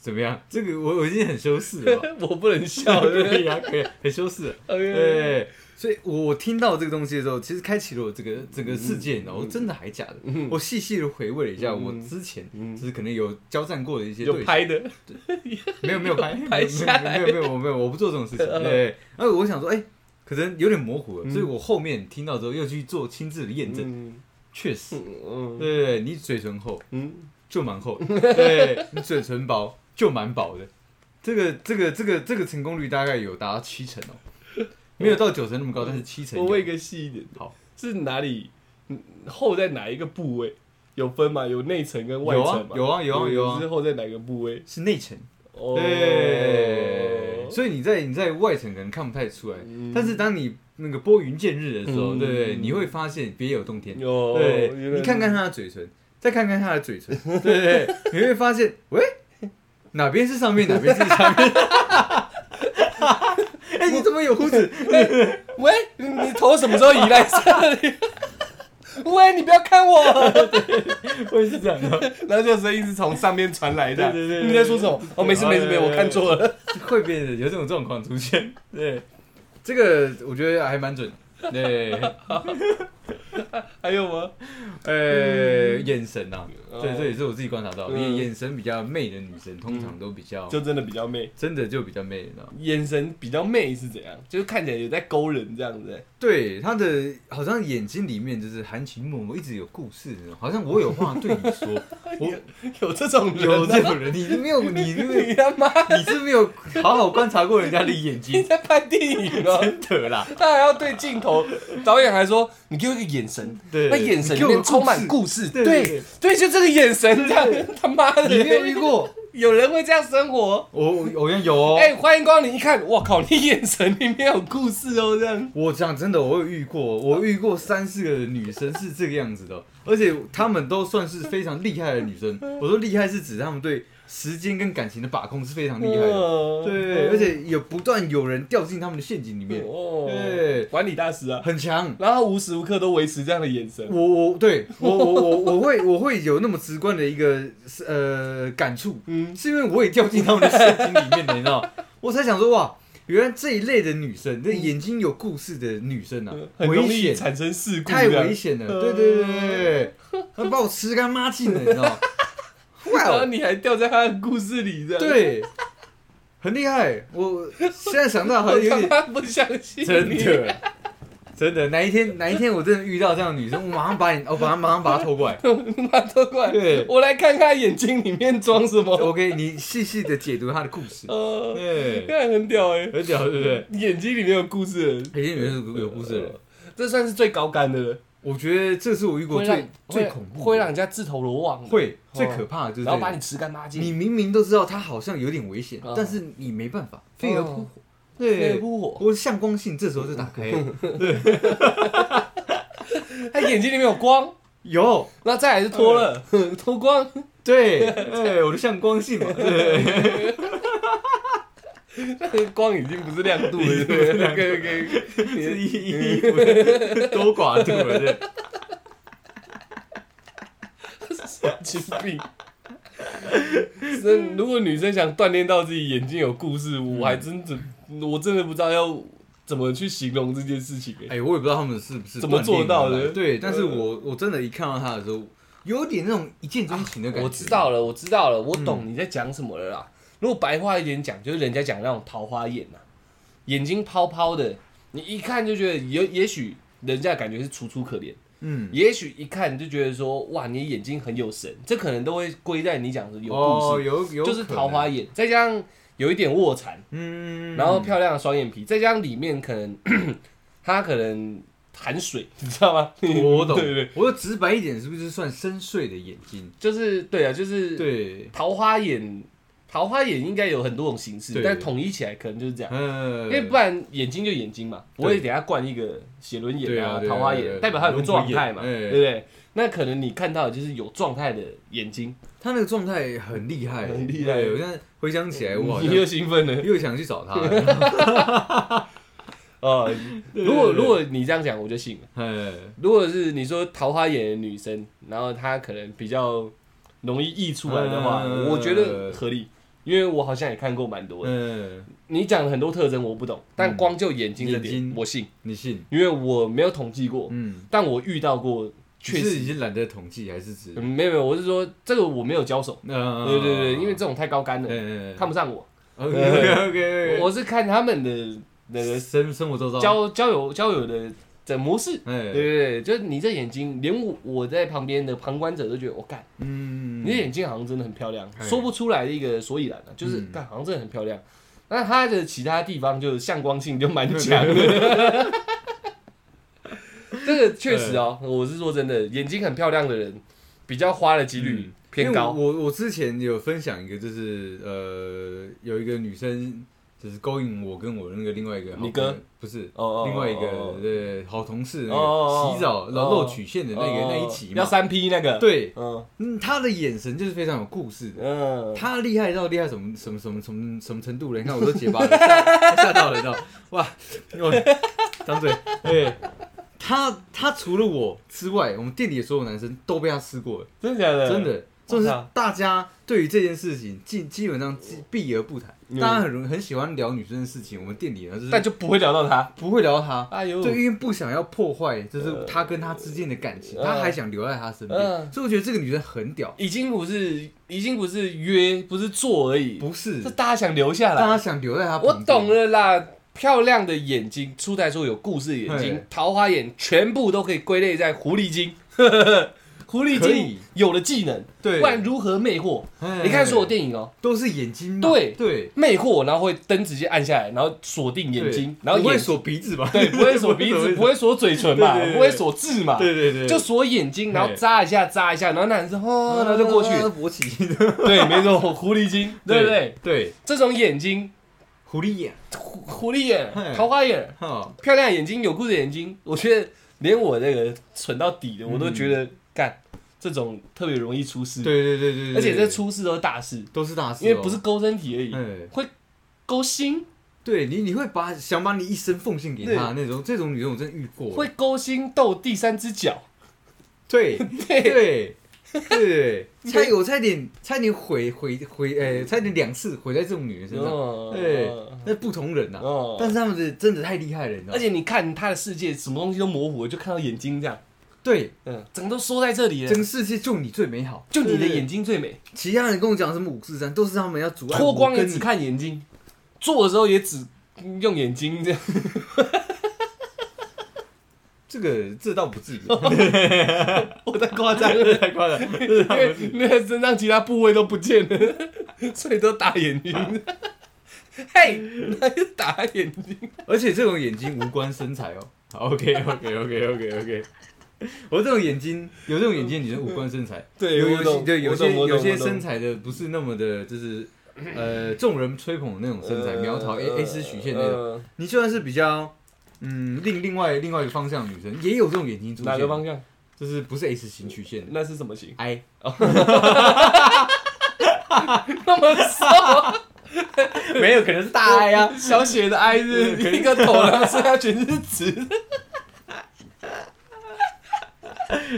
B: 怎么样？这个我我已经很羞涩了 吧。
A: 我不能笑，对不哎
B: 可
A: 对哎
B: 以啊，可以啊，很羞涩。
A: ？OK，
B: 对，所以我听到这个东西的时候，其实开启了我这个整个世界，你知道，我真的还假的？
A: 嗯
B: 我细细的回味了一下，
A: 嗯
B: 我之前
A: 嗯
B: 就是可能有交战过的一些
A: 有
B: 对象，
A: 拍的，
B: 没有没有拍，
A: 拍下来嗯
B: 没有没有没有我没有我不做这种事情。对，然后我想说，哎，可能有点模糊了，所以我后面听到之后又去做亲自的验证，
A: 嗯
B: 确实，
A: 嗯
B: 对对，你嘴唇厚
A: 嗯，
B: 就蛮厚，对你嘴唇薄就蛮薄的，这个这个这个这个成功率大概有达到七成哦，没有到九成那么高，但是七成
A: 我
B: 有
A: 问一个细一点，
B: 好，
A: 是哪里嗯厚在哪一个部位？有分吗？有内层跟外
B: 有啊
A: 层吗？
B: 有啊有啊
A: 对
B: 有啊
A: 是，厚在哪个部位？
B: 是内层，
A: 哦
B: 对，所以你在你在外层可能看不太出来，
A: 嗯
B: 但是当你那个拨云见日的时候，
A: 嗯
B: 对不对？你会发现别有洞天。
A: 有
B: 对，
A: 原来
B: 你看看他的嘴唇， 再看看他的 嘴唇，对对对，你会发现，喂，哪边是上面，哪边是下面。 哎、你怎么有胡子？
A: 喂，你你头什么时候移来这里？ 喂，你不要看我！
B: 我也是这样的，
A: 然后就声音是从上面传来的。
B: 对对对对
A: 你在说什么？哦，没事没事没事，
B: 对对对
A: 我看错了。
B: 会变得有这种状况出现。对，这个我觉得还蛮准。 对，
A: 还有吗？
B: 呃，眼神呐、
A: 哦
B: 对，这也是我自己观察到，
A: 嗯
B: 眼眼神比较媚的女生，通常都比较
A: 就真的比较媚，
B: 真的就比较媚了。
A: 眼神比较媚是怎样？就是看起来有在勾人这样子、
B: 对，她的好像眼睛里面就是含情脉脉，一直有故事，好像我有话对你 说，我
A: 有这种人、啊？
B: 有这种人，你没有，你没有
A: 你他妈
B: 你是没有好好观察过人家的眼
A: 你
B: 睛，
A: 在拍电影哦、
B: 真的啦。
A: 他还要对镜头，导演还说：“你给我一个眼神，
B: 对
A: 那眼神里面充满故事。”
B: 对
A: 对
B: 对对
A: 对，就这个眼神，这样他妈的，
B: 你没有遇过？
A: 有人会这样生活？
B: 我我我原有哦。
A: 哎、欢迎光临！一看，我靠，你眼神里面有故事哦，这样。
B: 我讲真的，我有遇过，我遇过三四个女生是这个样子的，而且她们都算是非常厉害的女生。我说厉害是指她们对时间跟感情的把控是非常厉害的，
A: 嗯
B: 对，而且有不断有人掉进她们的陷阱里面，
A: 哦，
B: 对，
A: 管理大师啊，
B: 很强。
A: 然后他无时无刻都维持这样的眼神。
B: 我我对我我我我会我会有那么直观的一个呃感触，
A: 嗯，
B: 是因为我也掉进他们的陷阱里面的，你知道吗？我才想说哇，原来这一类的女生，这眼睛有故事的女生啊，
A: 很容
B: 危
A: 易
B: 险，
A: 产生事故，
B: 太
A: 这样
B: 危 险了，
A: 嗯
B: 对对对对，他把我吃干抹净了，你知道 吗？哇
A: 然后
B: 哦，
A: 你还掉在他的故事里，这样，
B: 对，很厉害，我现在想到还有
A: 我他
B: 点
A: 妈不相信你，
B: 真的，真的，哪一天哪一天我真的遇到这样的女生，我马上把你，我把她马上把她偷 过来。
A: 妈都怪
B: 对
A: 我来看看眼睛里面装什么。
B: OK，你细细的解读她的故事，
A: 呃，
B: 对，
A: 看很屌哎，
B: 很屌，对不对？
A: 眼睛里面有故事的，呃
B: 已经哎有有故事了。
A: 这算是最高干的了，
B: 我觉得这是我遇过
A: 会
B: 最
A: 让
B: 最
A: 会
B: 恐怖的，
A: 会让人家自投罗网的，
B: 会最可怕的就是
A: 然后把
B: 这
A: 你
B: 个，
A: 吃干抹净，
B: 你明明都知道她好像有点危险
A: 嗯，哦
B: 但是你没办法，飞蛾扑火，
A: 飞
B: 对
A: 蛾，扑火，
B: 我的向光性这时候就打开了，
A: 他眼睛里面有光，
B: 有，
A: 那再来是脱 了，脱光，
B: 对，哎，我的向光性嘛，对，
A: 那个 光已经不是亮 度了，对不 对那个那个
B: 是
A: 你
B: 一多寡度了，对。
A: 神经病。真，如果女生想锻炼到自己眼睛有故事，我还真的，我真的不知道要怎么去形容这件事情、欸。
B: 哎、我也不知道他们是不是
A: 怎么做到的
B: 锻炼而来对，但是我我真的，一看到他的时候，有点那种一见钟情的感觉。嗯
A: 我知，道了，我知道了，我懂你在讲什么了啦。如果白话一点讲，就是人家讲那种桃花眼呐、眼睛泡泡的，你一看就觉得也也许人家感觉是楚楚可怜，
B: 嗯，
A: 也许一看就觉得说哇，你眼睛很有神，这可能都会归在你讲的有
B: 哦，
A: 故事，
B: 有有
A: 就是
B: 可能
A: 桃花，眼，再加上有一点卧蚕。
B: 嗯，
A: 然后漂亮的双眼皮，再加上里面可能 它可能含水， 你知道吗？
B: 我 懂，
A: 对对，
B: 我就直白一点，是不是算深邃的眼睛？
A: 就是对啊，就是
B: 对，
A: 桃花眼，桃花眼应该有很多种形式，
B: 对
A: 但统一起来可能就是这样。
B: 嗯，
A: 因为不然眼睛就眼睛嘛，
B: 对
A: 我也等下灌一个写轮眼
B: 对啊
A: 啊、
B: 对啊
A: 桃花
B: 对啊对
A: 眼，
B: 啊
A: 代表它有个状态嘛，
B: 龙虎
A: 对
B: 眼哎
A: 不对？那可能你看到的就是有状态的眼睛，
B: 他那个状态很厉害，
A: 很厉害嗯
B: 对我现在回想起来，我好
A: 你
B: 像
A: 又兴奋 了。
B: 又想去找他 了。
A: 呃，如果
B: 对对对
A: 如果你这样讲，我就信了。
B: 哎，
A: 如果是你说桃花眼的女生，然后她可能比较容易溢出来的话，
B: 嗯
A: 我觉得合理，因为我好像也看过蛮多的。
B: 嗯，
A: 你讲的很多特征我不懂，但光就眼睛这
B: 眼
A: 点
B: 睛
A: 我信，
B: 你信？
A: 因为我没有统计过，
B: 嗯，
A: 但我遇到过确
B: 你是
A: 实，
B: 已经懒得统计，还是只？
A: 嗯没有没有，我是说这个我没有交手，
B: 嗯
A: 对对对，因为这种太高干了，
B: 嗯
A: 看不上我，
B: OK OK OK，
A: 我我是看他们的那个
B: 生生活周遭，
A: 交交友交友的的模式。对对
B: 哎，
A: 对，就是你这眼睛，连我我在旁边的旁观者都觉得我干，
B: 嗯，
A: 你的眼睛好像真的很漂亮，
B: 哎
A: 说不出来的一个所以然啊，就是
B: 嗯
A: 干、好像真的很漂亮。那它的其他地方就是向光性就蛮强的，这个确实哦，我是说真的，眼睛很漂亮的人比较花的几率
B: 嗯
A: 偏
B: 因
A: 高。
B: 为我我我之前有分享一个，就是呃，有一个女生就是勾引我跟我那个另外一个好朋友
A: 你哥
B: 不是。
A: 哦哦
B: 另外一
A: 哦
B: 个对好同事那
A: 哦哦哦
B: 个洗澡然后露曲线的那
A: 哦
B: 个
A: 哦
B: 那一集
A: 要
B: 嘛，
A: 三 P 那个，，
B: 对，
A: 嗯
B: 嗯，他的眼神就是非常有故事的，
A: 嗯，
B: 他厉害到厉害什么什么什么什么什么程度了？你看我都结巴了， 吓吓到了，你知道？哇，我张嘴，对，他他除了我之外，我们店里的所有男生都被他吃过了，
A: 真的假的？
B: 真，的，就是
A: 哇
B: 大家对于这件事情基基本上基避而不谈
A: 嗯，
B: 大家很容易很喜欢聊女生的事情，我们店里人就是
A: 但就不会聊到他。
B: 不会聊她。
A: 哎呦，
B: 对，因为不想要破坏，就是他跟他之间的感情，
A: 呃
B: 他还想留在他身边，
A: 呃
B: 所以我觉得这个女生很屌，
A: 已经不是已经不是约，不是做而已，
B: 不是
A: 是大家想留下来。
B: 大家想留在他。
A: 我懂，了啦，漂亮的眼睛，初代说有故事的眼睛
B: 嘿，
A: 桃花眼，全部都可以归类在狐狸精。 狐狸
B: 可
A: 精
B: 以
A: 有了技能，
B: 对，
A: 不然如何魅惑？
B: 哎
A: 你看所有电影哦、
B: 都是眼睛嘛，
A: 对
B: 对，
A: 魅惑，然后会灯直接按下来，然后锁定眼睛，然后
B: 不会
A: 眼
B: 锁鼻子 吧？
A: 对不会 锁鼻子，不会锁嘴唇嘛
B: 对对，对
A: 不会锁痣嘛，
B: 对对对，啊
A: 就锁眼睛，然后
B: 嘿
A: 眨一下眨一下，然后男生哦，然后就过去。
B: 勃起，
A: 对，没错，狐狸精，对不对？？
B: 对，
A: 这种眼睛，
B: 狐狸眼，
A: 狐狐狸眼
B: 嘿，
A: 桃花眼，
B: 哈，
A: 漂亮眼睛，有故事的眼睛，我觉得连我这个蠢到底
B: 嗯
A: 的，我都觉得干、这种特别容易出事，
B: 对对对对，对
A: 而且这出事都是大事，
B: 都是大事
A: 因
B: 哦，
A: 为不是勾身体而已，
B: 哎，
A: 会勾心，
B: 对你，你会把想把你一生奉献给他那种，这种女人我真的遇过。
A: 会勾心斗第三只脚，
B: 对对对，差有差点差点毁毁毁，呃，差点两次毁在这种女人身上。
A: 哦
B: 对，那不同人呐、
A: 哦
B: 但是他们是真的太厉害了，你知道
A: 而
B: 吗？
A: 且你看他的世界，什么东西都模糊了，就看到眼睛这样，
B: 对，
A: 嗯，整个都缩在这里了
B: 整，个世界就你最美好，
A: 就你的
B: 对
A: 眼，睛最美，
B: 对其他人跟我讲什么五四三，都是他们要阻碍我
A: 脱光也
B: 跟
A: 只
B: 你。
A: 看眼睛，做的时候也只用眼睛这样，
B: 这个这倒不 至于，
A: 我太夸张了，
B: 太夸张了，这是
A: 因
B: 他
A: 为
B: 们
A: 那个身上其他部位都不见了，所以都打眼睛。 嘿，那就打眼睛，
B: 而且这种眼睛无关身材哦。好，OK OK OK OK OK。我这种眼睛，有这种眼睛，你就无关身材。
A: 对
B: 有
A: 我
B: 有
A: 懂
B: 些对有
A: 我懂
B: 些
A: 我懂
B: 有些
A: 我懂
B: 身材的不是那么的，就是呃，众人吹捧的那种身
A: 呃
B: 材，苗条 A A 丝曲线那种。
A: 种。
B: 你就算是比较嗯另另外另外一个方向的女生，也有这种眼睛出现。
A: 哪个方？向？
B: 就是不是 S 型曲线的
A: 那是什么型？
B: I。
A: 那么瘦，
B: 没有，可能是大 I 啊。
A: 小写的 I 是
B: 对可以
A: 一个头，然后剩下全是直的。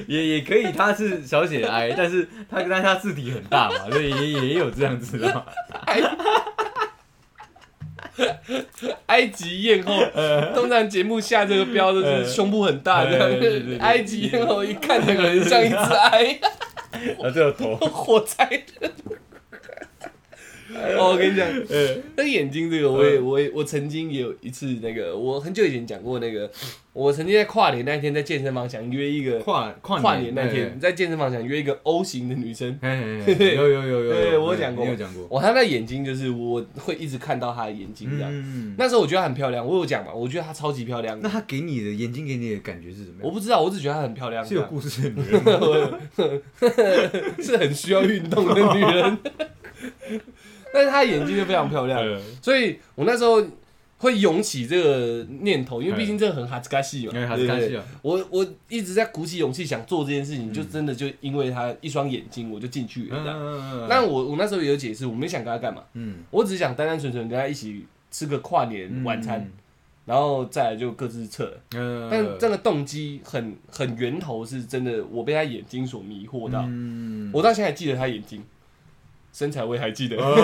B: 也也可以，他是小写的 I，但是他但是他字体很大嘛，所以也也有这样 子的嘛。
A: 埃及艳后，通常节目下这个标都是
B: 呃
A: 胸部很大这
B: 呃对对对
A: 样。
B: 对
A: 埃及艳后一看那个人像一只 I，
B: 啊，这个头，
A: 火柴人。哦，我跟你讲，
B: 呃。
A: 那眼睛这个，我也
B: 嗯
A: 我也我曾经也有一次那个，我很久以前讲过那个，我曾经在跨年那天在健身房想约一个
B: 跨跨
A: 跨年那天，在健身房想约一个 O 型的女生，
B: 哎，嘿嘿嘿有有有有，
A: 对
B: 有
A: 我有讲过
B: 你有讲过，
A: 哇，她那眼睛就是我会一直看到她的眼睛这样。
B: 嗯，那
A: 那时候我觉得她很漂亮，我有讲嘛，我觉得她超级漂亮
B: 那，他给你的眼睛给你的感觉是怎么
A: 我
B: 样？
A: 不知道，我只觉得她很漂亮，
B: 是有故事的 女人吗，
A: 是很需要运动的女人， 但是她眼睛就非常漂亮，
B: 哎
A: 所以我那时候会涌起这个念头，因为毕竟这个很哈斯卡西嘛，
B: 因为他是干
A: 对不
B: 系
A: 对
B: 啊，
A: 我我一直在鼓起勇气想做这件事情，就真的就因为他一双眼睛，我就进去了
B: 嗯
A: 这样。
B: 嗯嗯
A: 那我我那时候也有解释，我没想跟他干嘛，
B: 嗯
A: 我只是想单单纯纯跟他一起吃个跨年
B: 嗯
A: 晚餐，，然后再来就各自撤了。
B: 嗯，
A: 但这个动机很很源头是真的，我被他眼睛所迷惑到，
B: 嗯，
A: 我到现在还记得他眼睛，身材我也还记得。
B: 哦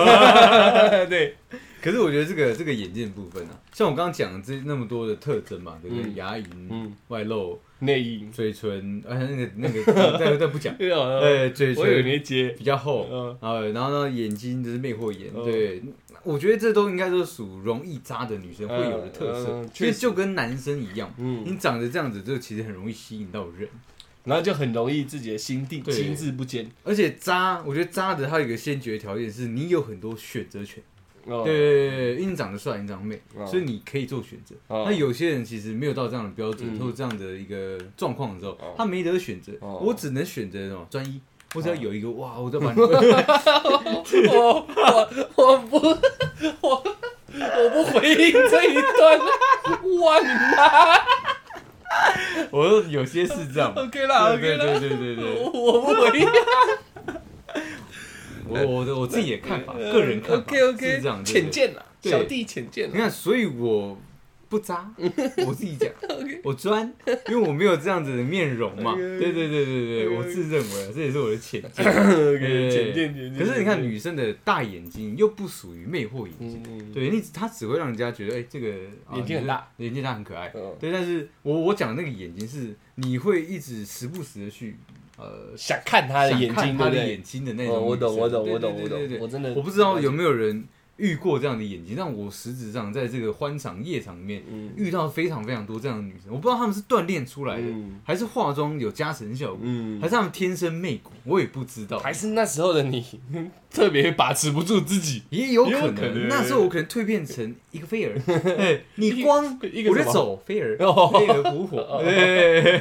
A: 对，
B: 可是我觉得这个这个眼睛的部分啊，像我刚刚讲的这那么多的特征嘛，对不对？
A: 嗯
B: 牙龈、
A: 嗯，
B: 外露、
A: 内因。，
B: 嘴唇，哎，那个那个，再再不讲
A: 对啊，
B: 哎，嘴
A: 我有
B: 唇
A: 那接。
B: 比较厚，
A: 嗯
B: 呃，然后呢，眼睛就是魅惑眼，
A: 嗯
B: 对，我觉得这都应该都属容易渣的女生会有的特色，
A: 嗯嗯
B: 其
A: 确
B: 实
A: 实
B: 就跟男生一样，
A: 嗯，
B: 你长得这样子，就其实很容易吸引到人。
A: 然后就很容易自己的心地
B: 对
A: 心智不坚，
B: 而且渣，我觉得渣的它有一个先决条件是你有很多选择权，
A: 哦
B: 对对对，因为你长得帅，你长得美，
A: 嗯
B: 所以你可以做选择。
A: 哦
B: 那有些人其实没有到这样的标
A: 嗯
B: 准或者这样的一个状况的时候
A: 哦，
B: 他没得选择，
A: 哦
B: 我只能选择什么专一，我只要
A: 哦
B: 有一个哇，我都把你
A: 我哦我我不我我不回应这一段，哇你妈
B: 我说有些是这样嘛。
A: ，OK 啦
B: 对
A: OK
B: 对
A: 啦，
B: 对对对对。
A: 啊我我不回应
B: 我我的我自己的看法， 个人看法
A: ，OK
B: 是这样
A: OK，
B: 对
A: 浅。见啦，
B: 对
A: 小弟浅见啦
B: 对你看，所以我不渣，我自己讲，
A: ，OK，
B: 我专，因为我没有这样子的面容嘛。
A: OK，OK
B: 对对对对对，
A: OK，OK
B: 我自认为啊这也是我 的浅见。
A: OK，
B: 对
A: 浅见浅见。
B: 可是你看，女生的大眼睛又不属于魅惑眼睛，
A: 嗯，
B: 对你她只会让人家觉得，哎，这个啊
A: 眼睛很大，
B: 你这眼睛大很可爱
A: 嗯。
B: 对，但是我我讲的那个眼睛是你会一直时不时的去呃
A: 想看他的眼
B: 想看
A: 睛，
B: 她
A: 对不
B: 的
A: 对
B: 眼？睛的
A: 哦
B: 那种女生。
A: 我懂，我懂，
B: 对
A: 我懂，
B: 对
A: 我
B: 对对对
A: 懂，我真的
B: 我不知道有没有人遇过这样的眼睛，但我实质上在这个欢场夜场里面
A: 嗯
B: 遇到非常非常多这样的女生，我不知道她们是锻炼出来的，
A: 嗯
B: 还是化妆有加成效果，
A: 嗯
B: 还是她们天生媚骨，我也不知道，
A: 还是那时候的你 特别把持不住自己，
B: 也有可
A: 也有可能
B: 能。那时候我可能蜕变成一 个飞儿，哎，你光
A: 一个
B: 我
A: 什
B: 就
A: 么
B: 走飞儿，
A: 哦
B: 飞蛾扑火， 对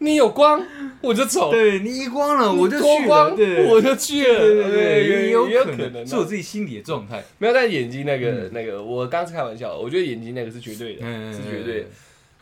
A: 你有光我就走，
B: 对，你一光了我就
A: 脱
B: 去了，
A: 光
B: 对
A: 我就去了，哎
B: 对对对，也有
A: 有
B: 可能是
A: 啊嗯
B: 我自己心理的状态，
A: 没有，但眼睛那个那个，我刚是开玩笑，我觉得眼睛那个是绝对的，
B: 嗯，
A: 是绝对的，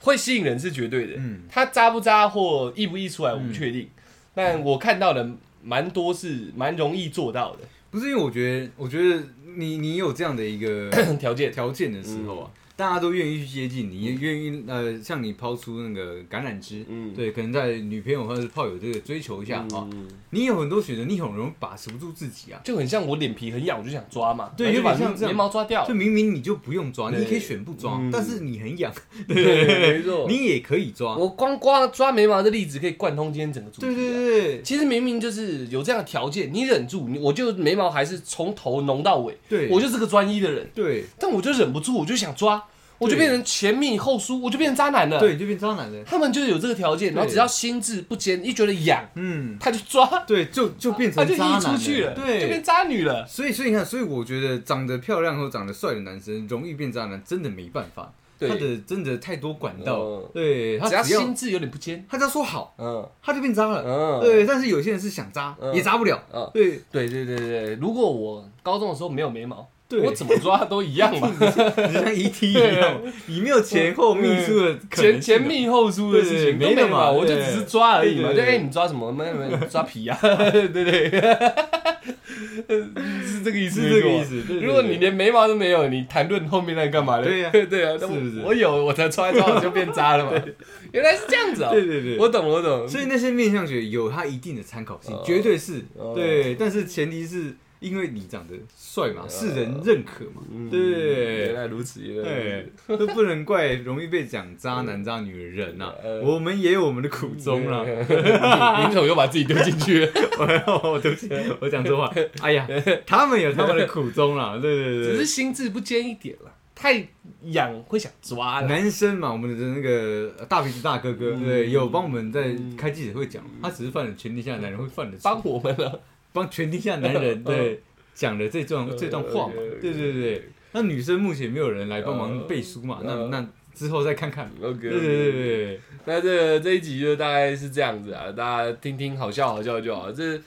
A: 会吸引人是绝对的。
B: 嗯
A: 它扎不扎或溢不溢出来，我不
B: 嗯
A: 确定，但我看到的蛮多是蛮容易做到的。
B: 不不是因为我觉得，我觉得你你有这样的一个呃
A: 条件，
B: 条件的时候啊，
A: 嗯
B: 大家都愿意去接近你，也愿意呃向你抛出那个橄榄枝。
A: 嗯，
B: 对，可能在女朋友或者是炮友这个追求下啊、
A: 嗯，
B: 你有很多选择，你很容易把持不住自己啊。
A: 就很像我脸皮很痒，我就想抓嘛，
B: 对
A: 然后就
B: 有
A: 把
B: 点像这样
A: 眉毛抓掉
B: 就，明明你就不用抓，
A: 对
B: 你可以选不抓，
A: 嗯
B: 但是你很痒，
A: 对，没 错。
B: 你也可以抓。
A: 我光光抓眉毛的例子可以贯通今天整个主题、啊。
B: 对对对
A: 其实明明就是有这样的条件，你忍住，你我就眉毛还是从头浓到尾，
B: 对，
A: 我就是个专一的人，
B: 对
A: 但我就忍不住，我就想抓，我就变成前密后疏，我就变成渣男了。，
B: 对，就变渣男了。
A: 他们就是有这个条件，然后只要心智不坚，一觉得痒
B: 嗯，
A: 他就抓，
B: 对，就就变
A: 他啊就
B: 成渣男
A: 溢出去了，就变
B: 对。
A: 渣女了。
B: 所以，所以你看，所以我觉得长得漂亮或长得帅的男生容易变渣男，真的没办法。
A: 对
B: 他的真的太多管道，
A: 嗯
B: 对他
A: 只要
B: 只要
A: 心智有点不坚，
B: 他只要说好，
A: 嗯
B: 他就变渣了。
A: 嗯，
B: 对，但是有些人是想渣、
A: 嗯
B: 也渣不了。
A: 嗯
B: 对，
A: 对对对对，如果我高中的时候没有眉毛，
B: 对
A: 我怎么抓都一样 嘛，
B: 你像 ET 一 样，
A: 啊
B: 你没有前后秘书的可能性
A: 前前密后疏的事情
B: 对
A: 都
B: 对对没
A: 有
B: 有嘛
A: 嘛，我就
B: 对
A: 只是抓而已嘛。
B: 对
A: 就
B: 对
A: 哎，
B: 对
A: 你抓什么？没没抓皮啊？ 对对，是这个意思，
B: 是这个
A: 没错
B: 意。思。对对对
A: 如果你连眉毛都没有，你谈论后面那干嘛呢？
B: 对呀
A: 对啊，那
B: 是不是
A: 我我有，我才抓一抓我就变渣了 嘛。原来是这样子啊！
B: 对对对
A: 我懂了我懂。
B: 所以那些面相学有它一定的参考性，
A: 哦
B: 绝对是、
A: 哦
B: 对，但是前提是因为你长得帅嘛，
A: 哦
B: 世人认可嘛，
A: 嗯原
B: 对。
A: 来如此，原来如
B: 对，都不能怪容易被讲渣男渣女的人呐、
A: 呃
B: 我们也有我们的苦
A: 此。
B: 衷啦。啊
A: 你怎么又把自己丢进去了？
B: 我对不起，我讲错话。哎呀，他们有他们的苦衷啦。对对 对，
A: 只是心智不坚一点了，太痒会想抓了。
B: 男生嘛，我们的那个大鼻子大哥哥，
A: 嗯
B: 对，有帮我们在开记者会讲，他只是犯了全天下男人会犯的错，
A: 帮我们 了，
B: 帮全天下男 人对讲了这段这段话嘛
A: 呃呃，
B: 对对对。那女生目前没有人来帮忙背书嘛，那
A: 呃
B: 那之后再看看。
A: OK，
B: 对对对对，
A: 那这个这一集就大概是这样子啊，大家听听好笑好笑就好。这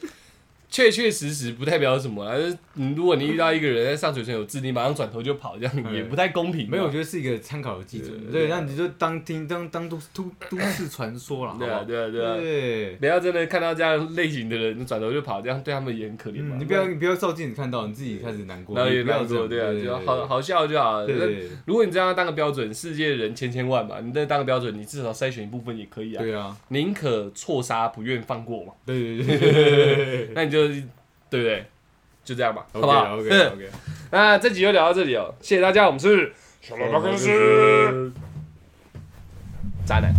A: 确确实实不代表什么啊。就是你如果你遇到一个人在上水城有痣，你马上转头就跑，这样
B: 嗯
A: 也不太公平
B: 对
A: 嘛。
B: 没有，我觉得是一个参考的基
A: 对
B: 准。
A: 对
B: 对，那你就当听当当都都都市传说了，好不
A: 对啊，
B: 好？
A: 对啊，对啊。
B: 对。
A: 不要真的看到这样类型的人，你转头就跑，这样对他们也很可怜嘛。
B: 嗯，你不要，你不要照镜子看到你自己开始难过，
A: 然后
B: 你
A: 也
B: 不要
A: 难
B: 这
A: 过，
B: 样
A: 对啊，就好
B: 对
A: 好笑就好。
B: 对
A: 那
B: 对对
A: 如果你这样当个标准，世界人千千万嘛，你再当个标准，你至少筛选一部分也可以啊。
B: 对 啊，
A: 宁可错杀，不愿放过嘛。
B: 对对对 对对对。
A: 那你就对不对？就这样吧，好不好？
B: OK
A: 嗯
B: OK。
A: 那这集就聊到这里哦，谢谢大家，我们是小老大公司渣男。